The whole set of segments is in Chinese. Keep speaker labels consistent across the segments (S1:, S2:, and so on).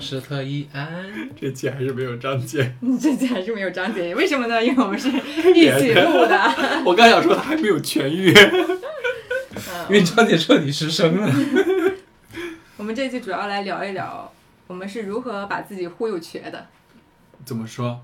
S1: 是特一安，
S2: 这期还是没有张姐，
S3: 这期还是没有张姐，为什么呢？因为我们是一起录的。
S2: 我刚想说她还没有痊愈，
S1: 因为张姐彻底失声了。
S3: 嗯我们这期主要来聊一聊我们是如何把自己忽悠瘸的。
S2: 怎么说？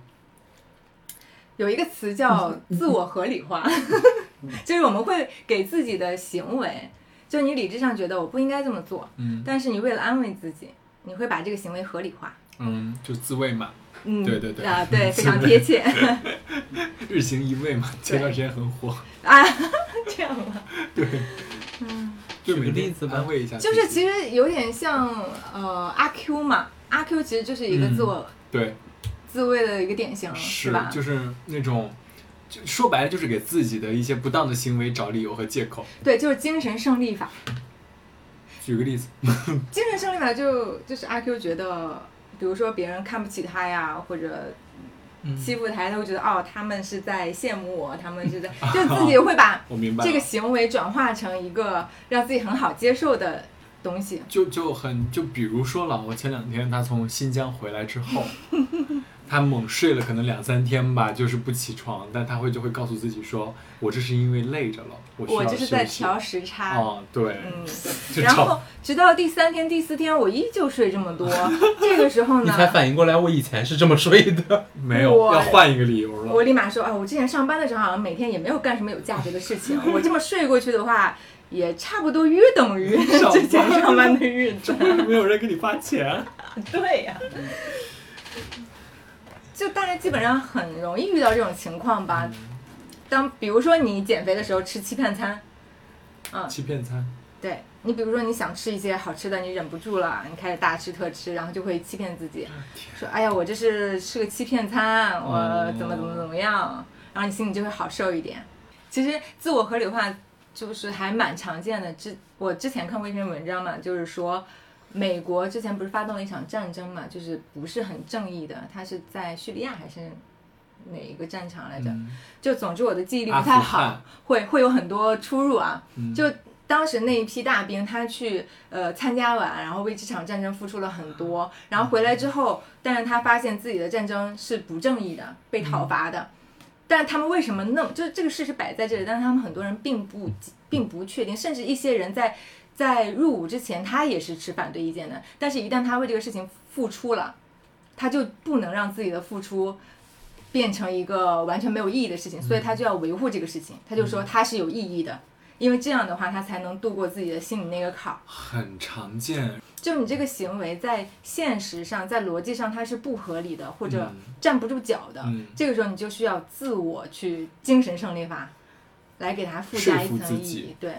S3: 有一个词叫自我合理化， 就是我们会给自己的行为，就你理智上觉得我不应该这么做，
S2: 嗯
S3: 但是你为了安慰自己，你会把这个行为合理化。
S2: 嗯，就自慰嘛，
S3: 嗯，
S2: 对对对
S3: 啊，对，非常贴切
S2: 日行一慰嘛，前段时间很火，
S3: 啊， 这样吧，
S2: 就
S1: 举个
S2: 每天
S1: 例子吧
S2: 安慰一下自
S3: 就
S2: 己，
S3: 是其实有点像呃阿 Q 嘛，阿 Q 其实就是一个自我、
S2: 对，
S3: 自慰的一个典型，
S2: 是
S3: 嗯吧？
S2: 就是那种，就说白了就是给自己的一些不当的行为找理由和借口。
S3: 对，就是精神胜利法。
S2: 举个例子，
S3: 精神胜利法就就是阿 Q 觉得，比如说别人看不起他呀，或者
S1: 嗯
S3: 欺负他，他会觉得哦，他们是在羡慕我，他们 是在，就自己会把
S2: 我明白了
S3: 这个行为转化成一个让自己很好接受的东西。
S2: 就就很就比如说了，我前两天他从新疆回来之 后，他猛睡了可能两三天吧，就是不起床，但他会就会告诉自己说，我这是因为累着了，我需
S3: 我
S2: 要
S3: 就是在
S2: 休息。
S3: 调时差。
S2: 哦，对，
S3: 嗯，
S2: 就
S3: 然
S2: 吵
S3: 后直到第三天、第四天，我依旧睡这么 多。这个时候
S1: 你才
S3: 呢，
S1: 反应过来，我以前是这么睡的。
S2: 没有
S3: 我
S2: 要换一个理由了。
S3: 我立马说啊，我之前上班的时候好像每天也没有干什么有价值的事情，我这么睡过去的话，也差不多约等于
S2: 上班
S3: 之前上班的日 子。
S2: 没有人给你发钱，
S3: 对呀、就大家基本上很容易遇到这种情况吧。当比如说你减肥的时候吃欺骗餐，
S2: 欺骗餐。
S3: 对你比如说你想吃一些好吃的，你忍不住了，你开始大吃特吃，然后就会欺骗自己，说哎呀我这是吃个欺骗餐，我怎么怎么怎么样，然后你心里就会好受一点。其实自我合理化就是还蛮常见的。之我之前看过一篇文章嘛，就是说美国之前不是发动了一场战争嘛，就是不是很正义的，它是在叙利亚还是哪一个战场来着？
S2: 嗯
S3: 就总之我的记忆力
S2: 阿
S3: 不
S2: 富
S3: 太好
S2: 汗，
S3: 会会有很多出入啊。
S2: 嗯
S3: 就当时那一批大兵，他去呃参加完，然后为这场战争付出了很
S2: 嗯
S3: 多，然后回来之后，但是他发现自己的战争是不正义的，被讨伐的。
S2: 嗯
S3: 但他们为什么那么？就是这个事实摆在这里，但是他们很多人并不并不确定，甚至一些人在在入伍之前，他也是持反对意见的。但是，一旦他为这个事情付出了，他就不能让自己的付出变成一个完全没有意义的事
S2: 嗯
S3: 情，所以他就要维护这个事情。他就说他是有意义的，因为这样的话，他才能度过自己的心里那个坎儿。
S2: 很常见，
S3: 就你这个行为在现实上、在逻辑上它是不合理的，或者
S2: 嗯
S3: 站不住脚的。
S2: 嗯
S3: 这个时候你就需要自我去精神胜利法，来给它附加
S2: 说服
S3: 一
S2: 自
S3: 层意
S2: 己
S3: 义。对，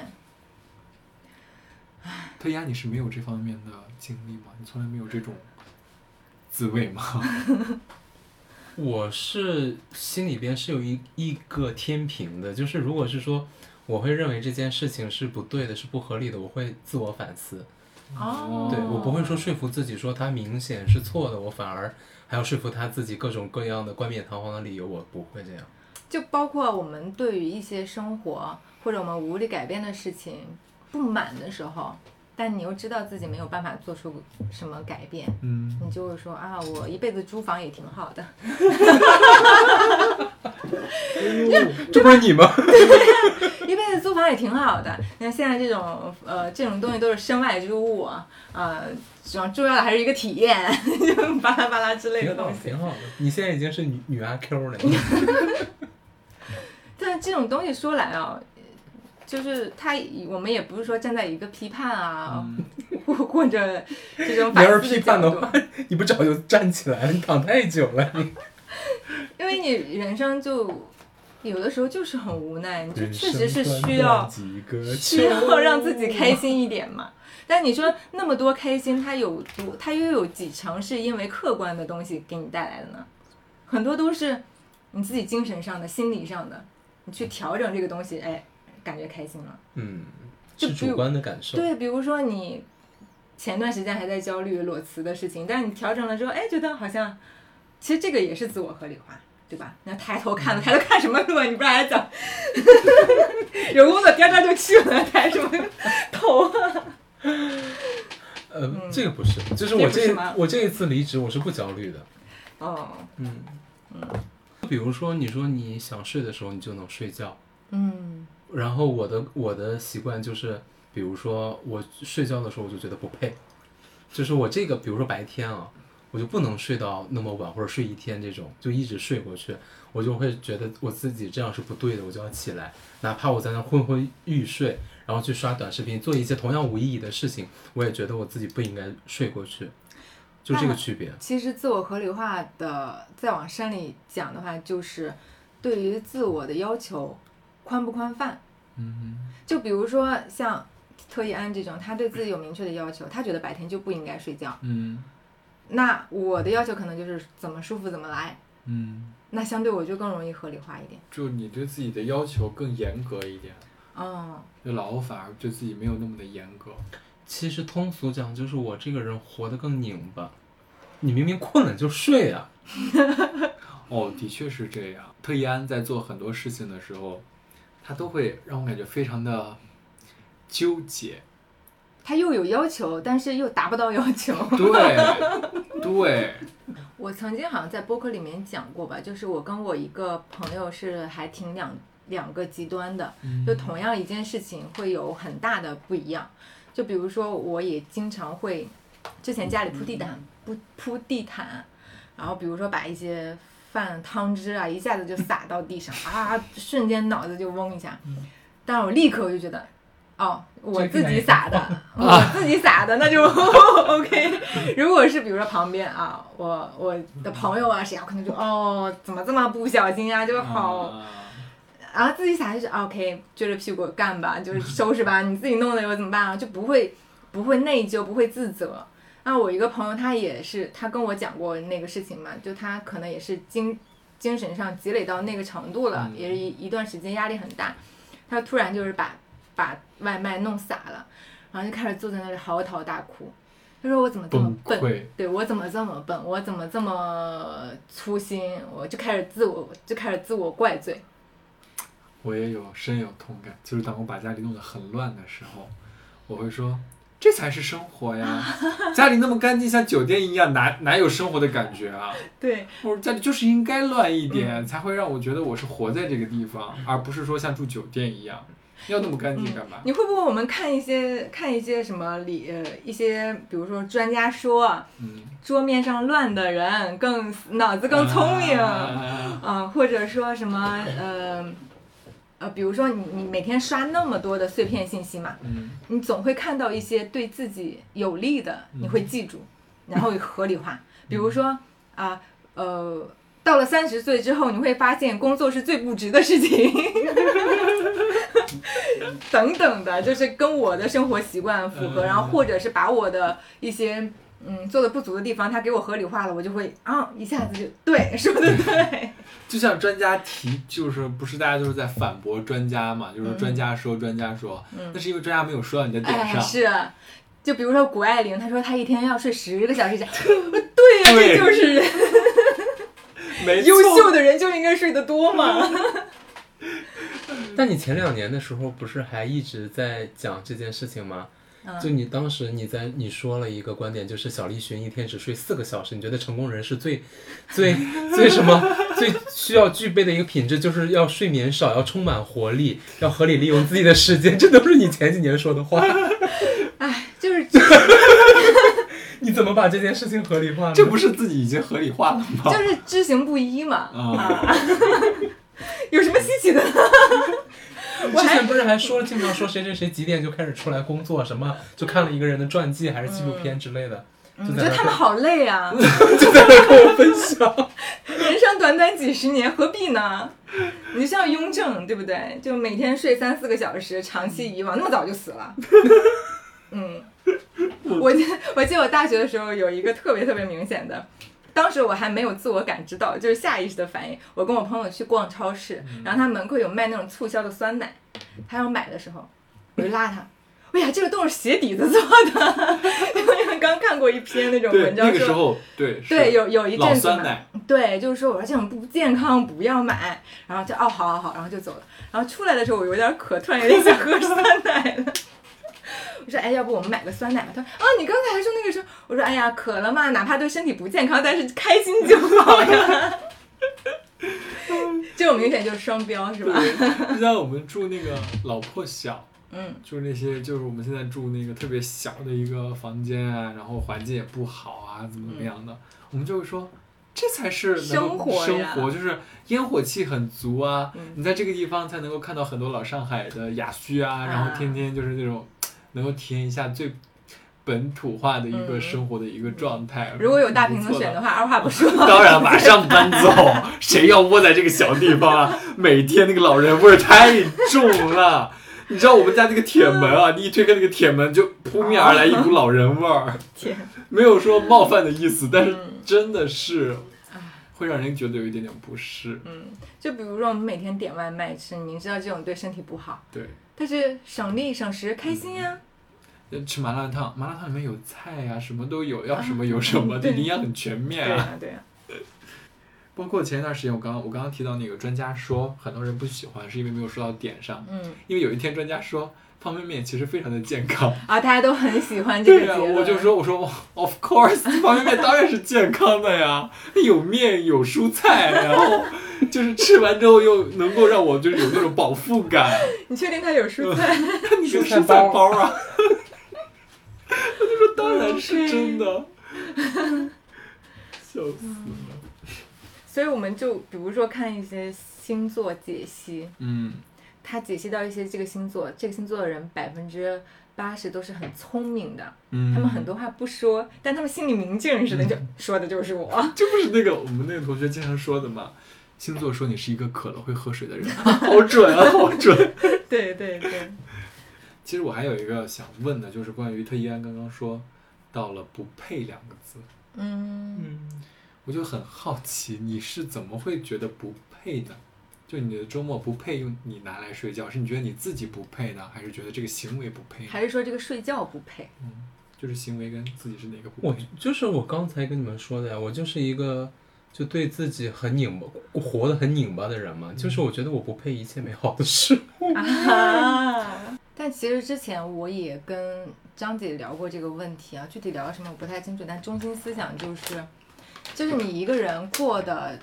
S2: 特压你是没有这方面的经历吗？你从来没有这种自慰吗？
S1: 我是心里边是有一一个天平的，就是如果是说我会认为这件事情是不对的，是不合理的，我会自我反思。
S3: 哦，
S1: 对我不会说说服自己说他明显是错的，我反而还要说服他自己各种各样的冠冕堂皇的理由，我不会这样。
S3: 就包括我们对于一些生活或者我们无力改变的事情不满的时候，但你又知道自己没有办法做出什么改变，
S2: 嗯，
S3: 你就会说啊，我一辈子租房也挺好的。
S1: 这不是你吗？
S3: 一辈子租房也挺好的。你看现在这种呃这种东西都是身外之物啊，呃，主要重要的还是一个体验， 就巴拉巴拉之类的
S1: 挺好
S3: 东
S1: 的，
S3: 西。
S1: 挺好的。你现在已经是女女阿 Q 了，
S3: 但这种东西说来啊。就是他，我们也不是说站在一个批判啊， 或、或者这种
S1: 你要是
S3: 反思
S1: 嗯批判的
S3: 角度
S1: 话， 你不早就站起来了？你躺太久了，你
S3: 因为你人生就有的时候就是很无奈，你就
S1: 人
S3: 确
S1: 生
S3: 实是
S1: 短
S3: 需
S1: 短
S3: 要
S1: 几个
S3: 需要
S1: 啊
S3: 让自己开心一点嘛。但你说那么多开心，它有多，它又有几成是因为客观的东西给你带来的呢？很多都是你自己精神上的、心理上的，你去调整这个东西，哎，感觉开心了。
S1: 嗯，
S3: 就是比
S1: 主
S3: 如
S1: 观的感受。
S3: 对，比如说你前段时间还在焦虑裸辞的事情，但你调整了之后，哎，觉得好像其实这个也是自我合理化，对吧？那抬头看了，抬头看什么路啊？你不是还 讲有工作颠颠就去了，抬什么头啊？
S1: 呃，
S3: 嗯
S1: 这个不是，就
S3: 这
S1: 是我
S3: 不
S1: 这
S3: 是吗
S1: 我这一次离职，我是不焦虑的。
S3: 哦，
S1: 嗯嗯，比如说你说你想睡的时候，你就能睡觉。
S3: 嗯
S1: 然后我的我的习惯就是，比如说我睡觉的时候，我就觉得不配，就是我这个，比如说白天啊，我就不能睡到那么晚，或者睡一天这种，就一直睡过去，我就会觉得我自己这样是不对的，我就要起来，哪怕我在那昏昏欲睡，然后去刷短视频，做一些同样无意义的事情，我也觉得我自己不应该睡过去，就这个区别。
S3: 其实自我合理化的，再往深里讲的话，就是对于自我的要求宽不宽泛。
S2: 嗯，
S3: 就比如说像特一安这种，他对自己有明确的要求，他觉得白天就不应该睡觉。
S2: 嗯
S3: 那我的要求可能就是怎么舒服怎么来，
S2: 嗯，
S3: 那相对我就更容易合理化一点。
S2: 就你对自己的要求更严格一点，
S3: 嗯
S2: 就老欧反而对自己没有那么的严格。
S1: 其实通俗讲，就是我这个人活得更拧巴，你明明困了就睡啊。
S2: 哦，的确是这样。特一安在做很多事情的时候，他都会让我感觉非常的纠结。
S3: 他又有要求，但是又达不到要求。
S2: 对，对，
S3: 我曾经好像在播客里面讲过吧，就是我跟我一个朋友是还挺两两个极端的，就同样一件事情会有很大的不一样。就比如说，我也经常会，之前家里铺地毯，铺铺地毯，然后比如说把一些饭汤汁啊一下子就洒到地上啊，瞬间脑子就嗡一下，但我立刻我就觉得。哦，我自己洒的， 我自己洒的，那就 OK。如 果是比如说旁边啊，我我的朋友啊，谁啊，可能就哦，怎么这么不小心啊， 就好
S2: 啊
S3: 然后自己想就是啊 OK，撅着屁股干吧，就是收拾吧，你自己弄的又怎么办啊？就不会不会内疚，不会自责。那我一个朋友他也是，他跟我讲过那个事情嘛，就他可能也是精精神上积累到那个程度了，
S2: 嗯
S3: 也是一一段时间压力很大，他突然就是把把外卖弄洒了，然后就开始坐在那里嚎啕大哭。他说我怎么这么
S2: 崩
S3: 笨？啊
S2: 溃，
S3: 对我怎么这么笨，我怎么这么粗心，我就开始自我就开始自我怪罪。
S2: 我也有深有同感。就是当我把家里弄得很乱的时候，我会说。这才是生活 呀！家里那么干净，像酒店一样，哪哪有生活的感觉啊？
S3: 对，
S2: 我家里就是应该乱一点，才会让我觉得我是活在这个地方，而不是说像住酒店一样，要那么干净干嘛？
S3: 你会不会我们看一些看一些什么理呃一些，比如说专家说
S2: 嗯，
S3: 桌面上乱的人更脑子更聪明，啊、
S2: 啊
S3: 或者说什么呃呃，比如说你你每天刷那么多的碎片信息嘛，
S2: 嗯，
S3: 你总会看到一些对自己有利的，
S2: 嗯
S3: 你会记 住，然后合理化。比如说啊呃到了三十岁之后，你会发现工作是最不值的事 情，等等的，就是跟我的生活习惯符合，
S2: 嗯
S3: 然后或者是把我的一些嗯做的不足的地方，他给我合理化了，我就会啊一下子就
S2: 嗯
S3: 对，说的 对，
S2: 就像专家提，就是不是大家都是在反驳专家嘛？就是说专家说，专家说，那是因为专家没有说到你的点
S3: 嗯哎
S2: 上。
S3: 是。就比如说谷爱凌，她说她一天要睡十个小 时以上，对呀、这
S2: 对
S3: 就是人。
S2: 没
S3: 优
S2: 错
S3: 秀的人就应该睡得多嘛。
S1: 但你前两年的时候不是还一直在讲这件事情吗？就你当时你在你说了一个观点，就是小栗旬一天只睡四个小时，你觉得成功人士最最最什么最需要具备的一个品质，就是要睡眠少，要充满活力，要合理利用自己的时间，这都是你前几年说的话，
S3: 哎，就是
S1: 你怎么把这件事情合理化呢？
S2: 这不是自己已经合理化了吗？
S3: 就是知行不一嘛，
S1: 嗯
S2: 啊
S3: 啊，有什么稀奇的？
S1: 之前不是还说经常说谁谁谁几点就开始出来工作，什么就看了一个人的传记还是纪录片之类的，
S3: 我
S1: 就
S3: 觉得
S1: 在那
S3: 嗯他们
S1: 儿
S3: 好累啊，
S1: 就在那儿跟我分享。
S3: 人生短短几十年，何必呢？你就像雍正，对不对？就每天睡三四个小时，长期以往，那么早就死 了。嗯，我记我记得我大学的时候有一个特别特别明显的，当时我还没有自我感知到，就是下意识的反应。我跟我朋友去逛超市，
S2: 嗯
S3: 然后他门口有卖那种促销的酸奶，他要买的时候，我就拉他。哎呀，这个都是鞋底子做的， 因为刚看过一篇那种
S2: 对，
S3: 文章
S2: 那个时
S3: 说，
S2: 候，对，
S3: 对，
S2: 是
S3: 有有一
S2: 老
S3: 阵子
S2: 酸
S3: 嘛，
S2: 奶，
S3: 对，就是说我说这种不健康，不要买。然后就哦，好好好，然后就走了。然后出来的时候我有点渴，突然有点想喝酸奶了。我说哎，要不我们买个酸奶吧？他说啊，你刚才还说那个时候，我说哎呀，渴了嘛，哪怕对身体不健康，但是开心就好呀。这种明 显就是双标，是吧？
S2: 对，就像我们住那个老破小，
S3: 嗯，
S2: 就是那些就是我们现在住那个特别小的一个房间啊，然后环境也不好啊，怎么怎么样的，我们就会说。这才是能
S3: 嗯生活呀
S2: 生活就是烟火气很足啊！
S3: 嗯
S2: 你在这个地方才能够看到很多老上海的雅居啊，
S3: 啊
S2: 然后天天就是那种能够体验一下最本土化的一个
S3: 嗯
S2: 生活的一个状态。
S3: 如果有大屏能
S2: 不错
S3: 选的话，二话不说。
S2: 当然，马上搬走，谁要窝在这个小地方啊？每天那个老人味儿太重了， 你知道我们家那个铁门啊，你一推开那个铁门，就扑面而来一股老人味儿。
S3: 天，
S2: 没有说冒犯的意思，但是
S3: 嗯
S2: 真的是会让人觉得有一点点不适。
S3: 嗯，就比如说我们每天点外卖吃，你明知道这种对身体不好，
S2: 对，
S3: 但是省力省时，开心呀、
S2: 呃吃麻辣烫，麻辣烫里面有菜呀、什么都有，要什么有什么，
S3: 对
S2: 营养很全
S3: 对
S2: 面
S3: 呀、
S2: 啊。
S3: 对呀、
S2: 包括前一段时间，我刚刚我刚刚提到那个专家说，很多人不喜欢是因为没有说到点上。
S3: 嗯，
S2: 因为有一天专家说方便面其实非常的健康。
S3: 啊，大家都很喜欢这个
S2: 对
S3: 结
S2: 呀、
S3: 论。
S2: 我就，说我说哇 of course，方 便面当然是健康的呀，有面有蔬菜，然后就是吃完之后又能够让我就是有那种饱腹感，
S3: 你确定它有蔬菜？
S2: 你说蔬菜包啊？我就说当然是真的，笑死了。
S3: 所以我们就比如说看一些星座解析，
S2: 嗯
S3: 他解析到一些这个星座，这个星座的人百分之八十都是很聪明的，
S2: 嗯
S3: 他们很多话不说，但他们心里明镜似的，就说的就是我。
S2: 这不是那个我们那个同学经常说的吗？星座说你是一个渴了会喝水的人，好准啊，好准。
S3: 对对对，
S2: 其实我还有一个想问的，就是关于特一安刚刚说到了“不配”两个字，
S3: 嗯，
S1: 嗯，
S2: 我就很好奇你是怎么会觉得不配的？就你的周末不配用你拿来睡觉，是你觉得你自己不配呢，还是觉得这个行为不配呢？
S3: 还是说这个睡觉不配？
S2: 嗯，就是行为跟自己是哪个不
S1: 我
S2: 配？
S1: 就是我刚才跟你们说的呀，我就是一个就对自己很拧巴，活得很拧巴的人嘛。
S3: 嗯
S1: 就是我觉得我不配一切美好的事物。
S3: 啊！但其实之前我也跟张姐聊过这个问题啊，具体聊什么我不太清楚，但中心思想就是，就是你一个人过得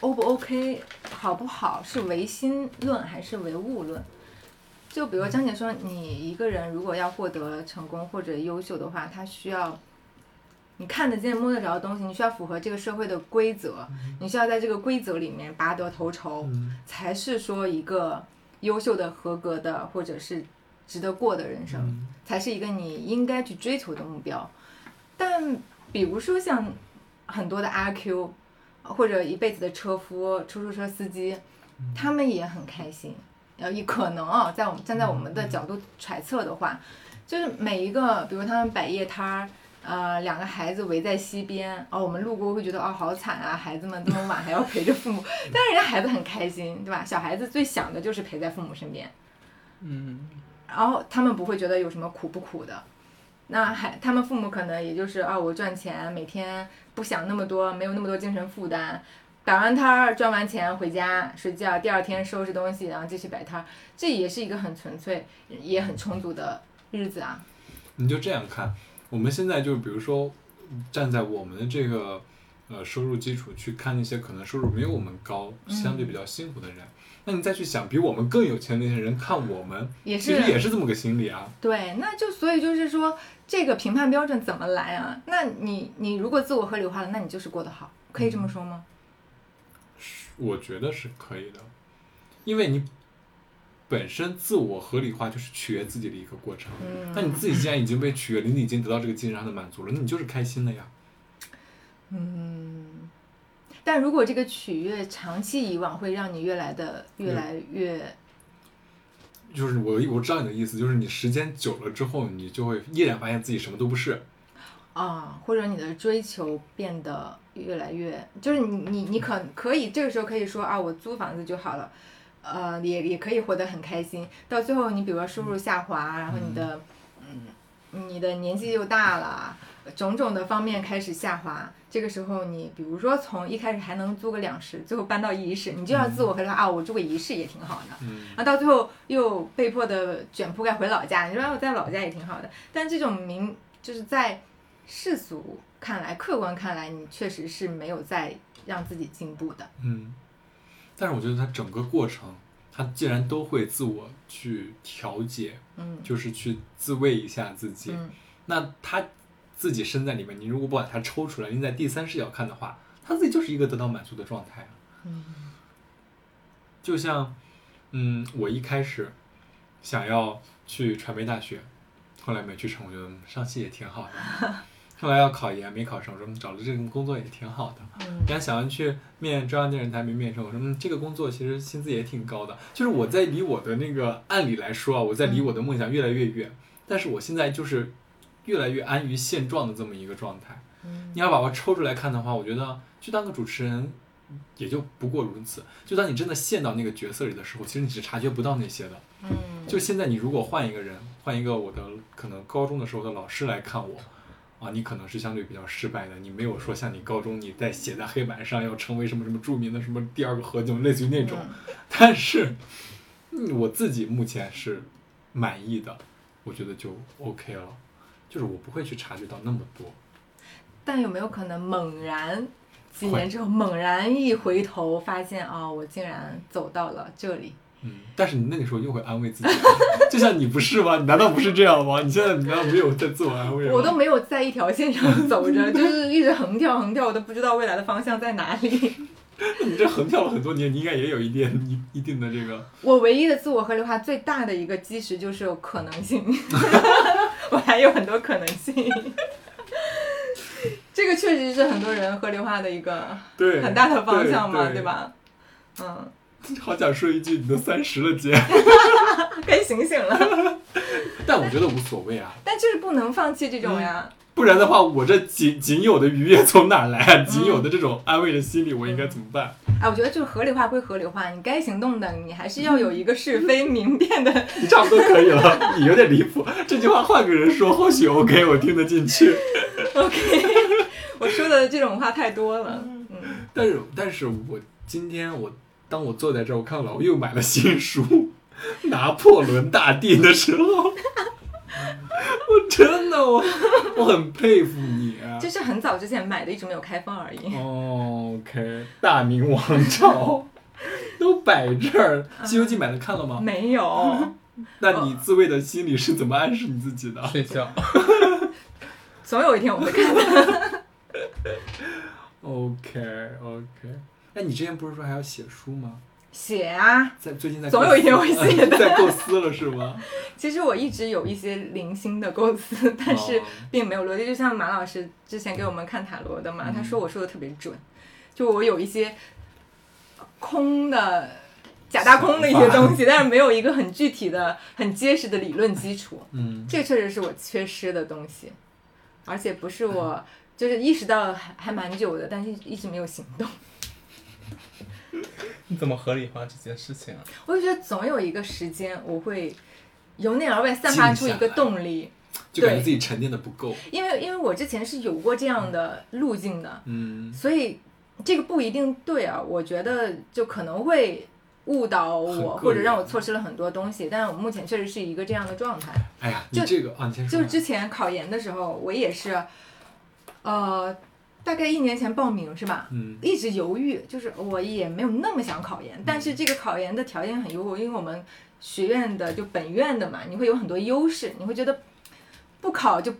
S3: O 不 OK、好不好，是唯心论还是唯物论？就比如张姐说，你一个人如果要获得成功或者优秀的话，他需要你看得见、摸得着的东西，你需要符合这个社会的规则，你需要在这个规则里面拔得头筹。
S2: 嗯
S3: 才是说一个优秀的、合格的，或者是值得过的人生，
S2: 嗯
S3: 才是一个你应该去追求的目标。但比如说像很多的阿 Q，或者一辈子的车夫、出租车司机，他们也很开心。呃，也可能啊，在我们站在我们的角度揣测的话，就是每一个，比如他们摆夜摊儿，呃，两个孩子围在溪边，哦，我们路过会觉得哦，好惨啊，孩子们这么晚还要陪着父母，但是人家孩子很开心，对吧？小孩子最想的就是陪在父母身边，
S1: 嗯，
S3: 然后他们不会觉得有什么苦不苦的。那还他们父母可能也就是啊，我赚钱，每天不想那么多，没有那么多精神负担，摆完摊儿赚完钱回家睡觉，第二天收拾东西，然后继续摆摊儿，这也是一个很纯粹也很充足的日子啊。
S2: 你就这样看，我们现在就比如说，站在我们的这个呃收入基础去看那些可能收入没有我们高，
S3: 嗯
S2: 相对比较辛苦的人，那你再去想比我们更有钱的那些人看我们，
S3: 也
S2: 其
S3: 是
S2: 实也是这么个心理啊。
S3: 对，那就所以就是说，这个评判标准怎么来啊？那你你如果自我合理化了，那你就是过得好，可以
S2: 嗯
S3: 这么说吗？
S2: 我觉得是可以的，因为你本身自我合理化就是取悦自己的一个过程。
S3: 嗯，
S2: 那你自己既然已经被取悦了，你已经得到这个精神上的满足了，那你就是开心的呀。
S3: 嗯，但如果这个取悦长期以往，会让你越来的越
S2: 嗯
S3: 来越、
S2: 就是我我知道你的意思，就是你时间久了之后，你就会依然发现自己什么都不是。
S3: 啊，或者你的追求变得越来越，就是你你你可可以这个时候可以说啊，我租房子就好了，呃，也也可以活得很开心。到最后，你比如说收入下滑，然后你的嗯，你的年纪又大了，种种的方面开始下滑。这个时候，你比如说从一开始还能租个两室，最后搬到一室，你就要自我回答、啊，我住个一室也挺好的。
S2: 嗯，
S3: 然后到最后又被迫的卷铺盖回老家，你说啊我在老家也挺好的，但这种明就是在世俗看来、客观看来，你确实是没有在让自己进步的。
S2: 嗯，但是我觉得他整个过程，他既然都会自我去调节，
S3: 嗯
S2: 就是去自慰一下自己，
S3: 嗯，
S2: 那他自己身在里面，你如果不把它抽出来，你在第三视角看的话，他自己就是一个得到满足的状态啊。
S3: 嗯，
S2: 就像，嗯，我一开始想要去传媒大学，后来没去成，我觉得嗯上戏也挺好 的。后来要考研没考上，我说嗯找了这个工作也挺好的。
S3: 嗯
S2: 人家想要去面中央电视台没面成，我说嗯，这个工作其实薪资也挺高的。就是我在离我的那个，按理来说啊，我在离我的梦想越来越远，但是我现在就是越来越安于现状的这么一个状态。
S3: 嗯
S2: 你要把我抽出来看的话，我觉得去当个主持人也就不过如此。就当你真的陷到那个角色里的时候，其实你是察觉不到那些的。
S3: 嗯，
S2: 就现在，你如果换一个人，换一个我的可能高中的时候的老师来看我，啊，你可能是相对比较失败的，你没有说像你高中你在写在黑板上要成为什么什么著名的什么第二个何炅，类似于那种。
S3: 嗯
S2: 但是，嗯，我自己目前是满意的，我觉得就 OK 了，就是我不会去察觉到那么多。
S3: 但有没有可能猛然几年之后猛然一回头，发现啊、我竟然走到了这里？
S2: 嗯，但是你那个时候又会安慰自己 啊，就像你不是吗？你难道不是这样吗？你现在难道没有在自我安慰吗？
S3: 我都没有在一条 线上走着，就是一直横跳横跳，我都不知道未来的方向在哪里。
S2: 你这横跳了很多年，你应该也有一定一一定的这个，
S3: 我唯一的自我合理化最大的一个基石就是有可能 性，我还有很多可能性。 这个确实是很多人合理化的一个
S2: 对，
S3: 很大的方向嘛，
S2: 对
S3: 吧？嗯，
S2: 好想说一句，你都三十了，姐。
S3: 该醒醒了，
S2: 但我觉得无所谓啊，
S3: 但就是不能放弃这种呀。
S2: 不然的话，我这仅仅有的愉悦从哪来
S3: 嗯
S2: 啊？仅有的这种安慰的心理，我应该怎么办？
S3: 哎，我觉得就是合理化归合理化，你该行动的，你还是要有一个是非明 辨的。
S2: 你差不多可以 了，你有点离谱。这句话换个人说，或许 OK，我听得进去。
S3: OK，我说的这种话太多了。嗯，
S2: 但是，但是我今天我当我坐在这儿，我看到老又买了新书《拿破仑大帝》的时 候，我真的我我很佩服你、啊。
S3: 就是很早之前买的，一直没有开封而已。
S2: 哦 OK，大明王朝 都摆这儿，《西游记》买了看了吗？
S3: 没 有，
S2: 那你自慰的心理是怎么暗示你自己的？
S1: 睡觉。
S3: 总有一天我会看的。
S2: OK OK，哎，你之前不是说还要写书吗？
S3: 写啊，
S2: 在最近在
S3: 总
S2: 构
S3: 有一天
S2: 思
S3: 会写 的
S2: 在构思了是吗？
S3: 其实我一直有一些零星的构思， 但是
S2: 哦
S3: 并没有逻辑。就像马老师之前给我们看塔罗的嘛，
S2: 嗯
S3: 他说我说的特别准，就我有一些空的。假大空的一些
S2: 想法
S3: 东西，但是没有一个很具体的、很结实的理论基础。
S2: 嗯
S3: 这确实是我缺失的东西，而且不是
S2: 嗯
S3: 我就是意识到还还蛮久的，但是一直没有行动。
S1: 你怎么合理化这件事情啊？
S3: 我就觉得总有一个时间，我会由内而外散发出一个动力，
S2: 就感觉自己沉淀的不够。
S3: 因为因为我之前是有过这样的路径的，
S2: 嗯，
S3: 所以这个不一定对啊。我觉得就可能会误导
S2: 很嗯个
S3: 我，
S2: 人
S3: 或者让我错失了很多东西，但是我目前确实是一个这样的状态。
S2: 哎呀，你
S3: 就
S2: 这个啊，你先说
S3: 就是
S2: 吧。
S3: 之前考研的时候，我也是，呃，大概一年前报名是吧？
S2: 嗯
S3: 一直犹豫，就是我也没有那么想考研，但是这个考研的条件很优厚，因为我们学院的就本院的嘛，你会有很多优势，你会觉得不考就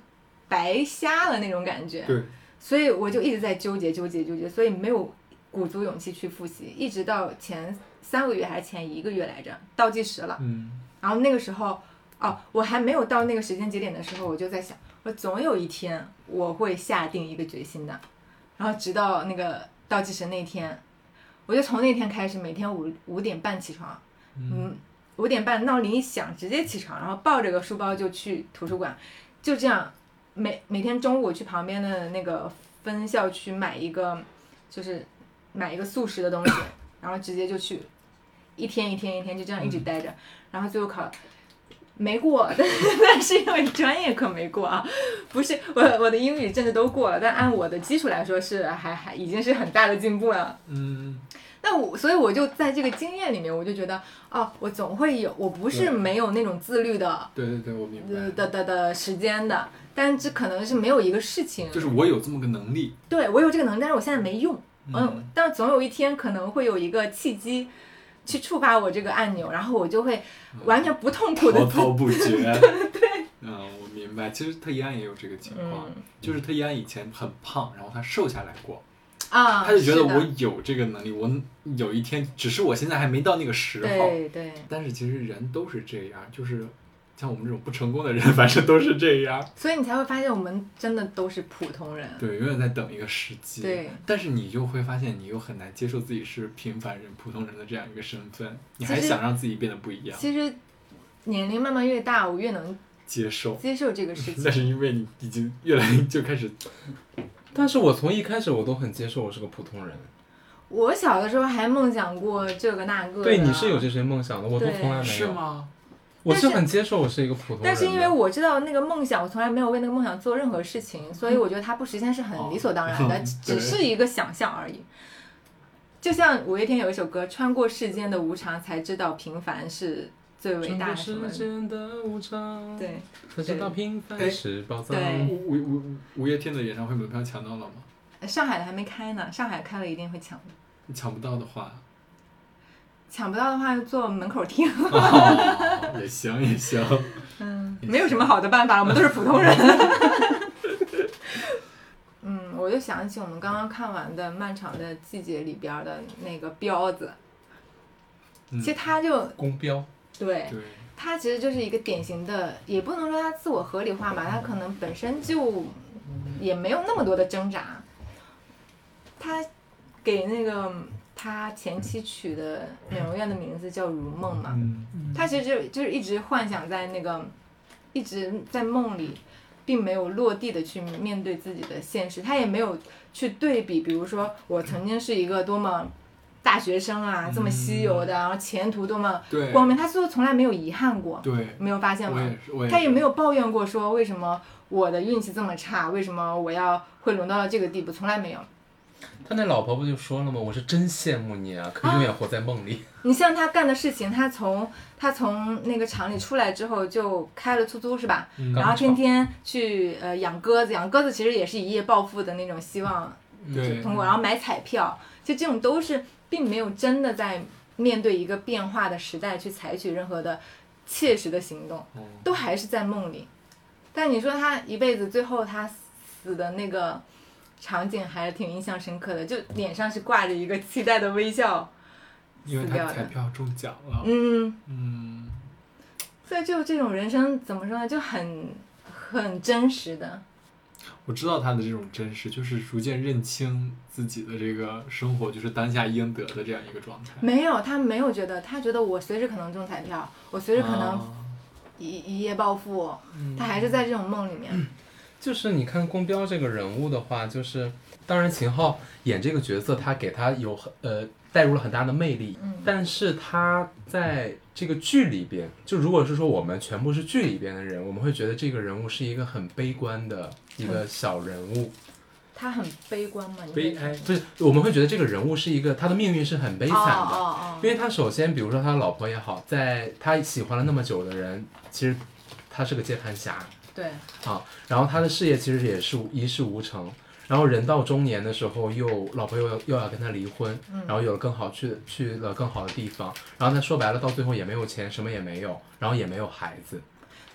S3: 白瞎了那种感觉。
S2: 对，
S3: 所以我就一直在纠结纠结纠结，所以没有鼓足勇气去复习，一直到前三个月还是前一个月来着，倒计时了。
S2: 嗯
S3: 然后那个时候，哦，我还没有到那个时间节点的时候，我就在想，我总有一天我会下定一个决心的。然后直到那个倒计时那天，我就从那天开始，每天五五点半起床，嗯，五点半闹铃一响，直接起床，然后抱着个书包就去图书馆，就这样，每每天中午去旁边的那个分校区买一个，就是买一个速食的东西，然后直接就去，一天一天一天就这样一直待着，然后最后考没过， 但但是因为专业课没过啊，不是我我的英语、政治都过了，但按我的基础来说是还还已经是很大的进步了。
S2: 嗯，
S3: 那我所以我就在这个经验里面，我就觉得哦，我总会有，我不是
S2: 对
S3: 没有那种自律的
S2: 对对对，我明
S3: 呃
S2: 白，
S3: 的的的时间的，但这可能是没有一个事情，
S2: 就是我有这么个能力，
S3: 对我有这个能力，但是我现在没用，嗯，，但总有一天可能会有一个契机。去触发我这个按钮，然后我就会完全不痛苦的
S2: 滔
S3: 自
S2: 滔不绝， 对对嗯，我明白。其实特一安也有这个情况，
S3: 嗯
S2: 就是特一安以前很胖，然后他瘦下来过，
S3: 啊，
S2: 他就觉得
S3: 是的
S2: 我有这个能力，我有一天，只是我现在还没到那个时候。
S3: 对对，
S2: 但是其实人都是这样，就是像我们这种不成功的人， 反正都是这样。
S3: 所以你才会发现我们真的都是普通人。
S2: 对，永远在等一个时机。
S3: 对，
S2: 但是你又会发现，你又很难接受自己是平凡人、普通人的这样一个身份，你还
S3: 其实
S2: 想让自己变得不一样，
S3: 其实年龄慢慢越大，我越能
S2: 接受。
S3: 接受这个事情
S2: 但。是因为你已经越来越就开始，
S1: 但是我从一开始我都很接受我是个普通人，
S3: 我小的时候还梦想过这个那个的。
S1: 对你是有这些梦想的，我都
S3: 啊对
S1: 从来没
S2: 是
S1: 有。
S2: 吗？
S1: 我是
S3: 但是
S1: 很接受我是一个普通人的，
S3: 但是因为我知道那个梦想，我从来没有为那个梦想做任何事情，所以我觉得它不实现是很理所当然的，
S2: 哦
S3: 只只是一个想象而已。就像五月天有一首歌《穿过世间的无常，才知道平凡是最伟大的》什么
S1: 世
S3: 的。
S1: 间的无常，，
S3: 对，
S1: 才知道平凡
S2: 对
S1: 是宝藏。
S3: 对
S2: 五五五五月天的演唱会门票抢到了吗？
S3: 上海的还没开呢，上海开了一定会抢的。
S2: 你抢不到的 话，
S3: 抢不到的话就坐门口听，
S2: 哦、也行也行。
S3: 嗯，没有什么好的办法，我们都是普 通人。嗯，我就想起我们刚刚看完的《漫长的季节》里边的那个彪子，
S2: 嗯
S3: 其实他就
S1: 公标，
S3: 对
S2: 对，
S3: 他其实就是一个典型的，也不能说他自我合理化吧，他可能本身就也没有那么多的挣扎。他给那个他前妻取的美容院的名字叫如梦嘛，
S2: 嗯，
S3: 他其实就就是一直幻想在那个，一直在梦里，并没有落地的去面对自己的现实，他也没有去对比，比如说我曾经是一个多么大学生啊，这么稀有的，然后前途多么
S2: 嗯对
S3: 光明，他最后从来没有遗憾过，
S2: 对，
S3: 没有发现
S2: 我
S3: 吗？
S2: 也是，我也
S3: 他也没
S2: 有
S3: 有抱怨过说为什么我的运气这么差，为什么我要会沦落到这个地步，从来没有。
S1: 他那老婆不就说了吗？我是真羡慕你啊，可以永远活在梦里。
S3: 你像他干的事情，他从他从那个厂里出来之后就开了出租是吧？
S2: 嗯
S3: 然后天天去呃养鸽子，养鸽子其实也是一夜暴富的那种希望
S2: 对
S3: 通过，然后买彩票，就这种都是并没有真的在面对一个变化的时代去采取任何的切实的行动，
S2: 哦
S3: 都还是在梦里。但你说他一辈子最后他死的那个场景还是挺印象深刻的，就脸上是挂着一个期待的微笑，
S2: 因为
S3: 死掉
S2: 他
S3: 的
S2: 彩票中奖了，
S3: 嗯。
S2: 嗯，
S3: 所以就这种人生怎么说呢，就很很真实的。
S2: 我知道他的这种真实，就是逐渐认清自己的这个生活，就是当下应得的这样一个状态。
S3: 没有，他没有觉得，他觉得我随时可能中彩票，我随时可
S1: 哦
S3: 能
S2: 啊
S3: 一、一夜暴富，
S1: 嗯
S3: 他还是在这种梦里面。
S1: 就是你看公标这个人物的话，就是当然秦昊演这个角色，他给他有很呃带入了很大的魅力，
S3: 嗯
S1: 但是他在这个剧里边，就如果是说我们全部是剧里边的人，我们会觉得这个人物是一个很悲观的一个小人物，
S3: 他很悲观嘛，你
S2: 悲
S3: 会
S2: 哀，
S1: 不是我们会觉得这个人物是一个他的命运是很悲惨的。
S3: 哦哦
S1: 因为他首先，比如说他老婆也好，在他喜欢了那么久的人，其实他是个接盘侠，
S3: 哦，对，
S1: 啊，然后他的事业其实也是一事无成，然后人到中年的时候又，老婆又又要跟他离婚，
S3: 嗯
S1: 然后有了更好去去了更好的地方，然后他说白了到最后也没有钱，什么也没有，然后也没有孩子，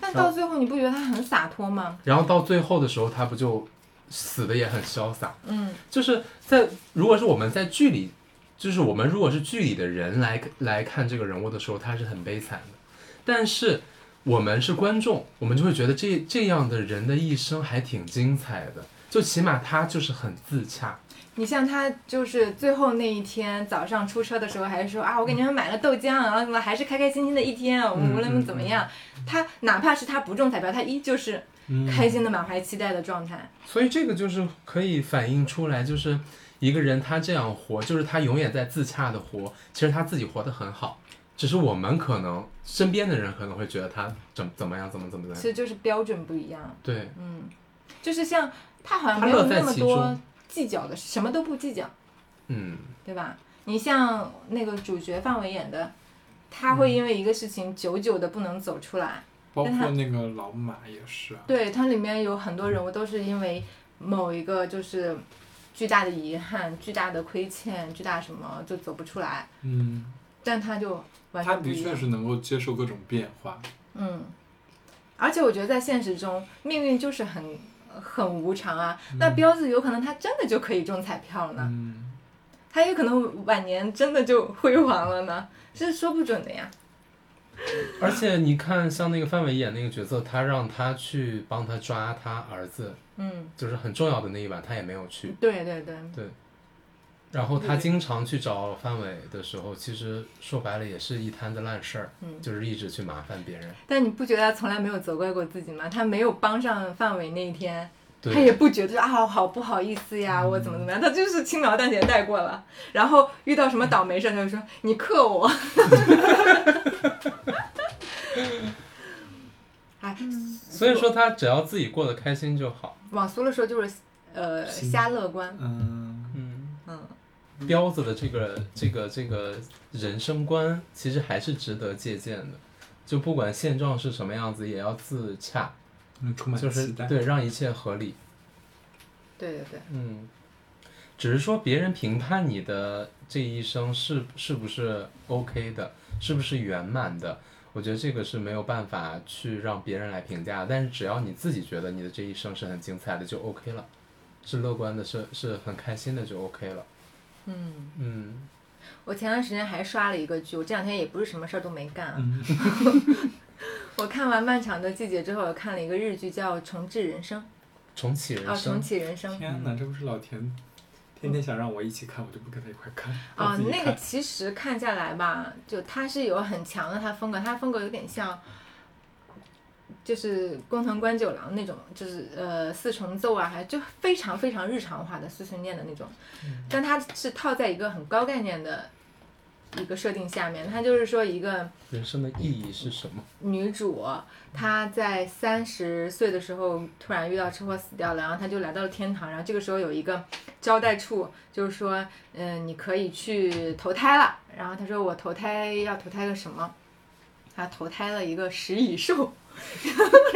S3: 但到最后你不觉得他很洒脱吗？
S1: 然后到最后的时候他不就死的也很潇洒，
S3: 嗯，
S1: 就是在如果是我们在剧里，就是我们如果是剧里的人来来看这个人物的时候，他是很悲惨的，但是我们是观众，我们就会觉得这这样的人的一生还挺精彩的，就起码他就是很自洽，
S3: 你像他就是最后那一天早上出车的时候，还是说啊，我给你们买了豆浆，然后怎么还是开开心心的一天，我
S1: 嗯
S3: 们无论怎么样，他哪怕是他不中彩票，他依旧是
S2: 嗯
S3: 开心的满怀期待的状态。
S1: 所以这个就是可以反映出来，就是一个人他这样活，就是他永远在自洽的活，其实他自己活得很好，只是我们可能身边的人可能会觉得他怎怎么样，怎么怎么
S3: 其
S1: 样。
S3: 实就是标准不一样。
S1: 对，
S3: 嗯，就是像他好像
S1: 他
S3: 没有
S1: 乐在
S3: 那么
S1: 其
S3: 多
S1: 中
S3: 计较的，什么都不计较，
S1: 嗯，
S3: 对吧？你像那个主角范伟演的，他会因为一个事情久久的不能走出来。
S2: 包
S3: 但他
S2: 括那个老马也是啊，
S3: 对，它里面有很多人物都是因为某一个就是巨大的遗憾、巨大的亏欠、巨大什么就走不出来，
S2: 嗯，
S3: 但他就完
S2: 他
S3: 全不
S2: 的
S3: 一
S2: 确
S3: 样。
S2: 是能够接受各种变化，
S3: 嗯，而且我觉得在现实中，命运就是很很无常啊。那彪子有可能他真的就可以中彩票呢，
S2: 嗯，
S3: 他也可能晚年真的就辉煌了呢，这是说不准的呀。
S1: 而且你看，像那个范伟演那个角色，他让他去帮他抓他儿子，
S3: 嗯，
S1: 就是很重要的那一把，他也没有去。
S3: 对对对，
S1: 然后他
S3: 对
S1: 经常去找范伟的时候，其实说白了也是一摊子烂事儿，
S3: 嗯。
S1: 就是一直去麻烦别人。
S3: 但你不觉得他从来没有责怪过自己吗？他没有帮上范伟那一天，
S1: 对，
S3: 他也不觉得啊，好不好意思呀，我怎么怎么样，他就是轻描淡写带过了。然后遇到什么倒霉事儿，他就说你克我。 哎，
S1: 所以说他只要自己过得开心就好。
S3: 往俗了说就是呃
S2: 行
S3: 瞎乐观，
S2: 嗯，
S1: 嗯，
S3: 嗯，
S1: 彪子的这个这个这个人生观其实还是值得借鉴的，就不管现状是什么样子，也要自洽，
S2: 嗯充满
S1: 就是
S2: 期待，
S1: 对让一切合理。
S3: 对对对，
S1: 嗯，只是说别人评判你的这一生是是不是 OK 的，是不是圆满的，我觉得这个是没有办法去让别人来评价的。但是只要你自己觉得你的这一生是很精彩的，就 OK 了，是乐观的，是是很开心的，就 OK 了。
S3: 嗯，
S1: 嗯，
S3: 我前段时间还刷了一个剧，我这两天也不是什么事儿都没干啊。
S2: 嗯，
S3: 我看完《漫长的季节》之后，我看了一个日剧叫《重置人生》，
S1: 重
S3: 啊，
S1: 启人
S3: 《重
S1: 生，
S3: 启人生》。
S2: 天哪，这不是老田天天想让我一起看，我就不跟他一块看，
S3: 啊、
S2: 哦 我自己
S3: 那个
S2: 看
S3: 其实看下来吧，就他是有很强的他风格，他风格有点像，就是工藤官九郎那种，就是呃四重奏啊，还就非常非常日常化的碎碎念的那种，
S2: 嗯
S3: 但他是套在一个很高概念的一个设定下面，他就是说一个
S1: 人生的意义是什么？
S3: 女主她在三十岁的时候突然遇到车祸死掉了，然后她就来到了天堂，然后这个时候有一个招待处，就是说，嗯、你可以去投胎了。然后她说我投胎要投胎个什么？ 她投胎了一个食蚁兽，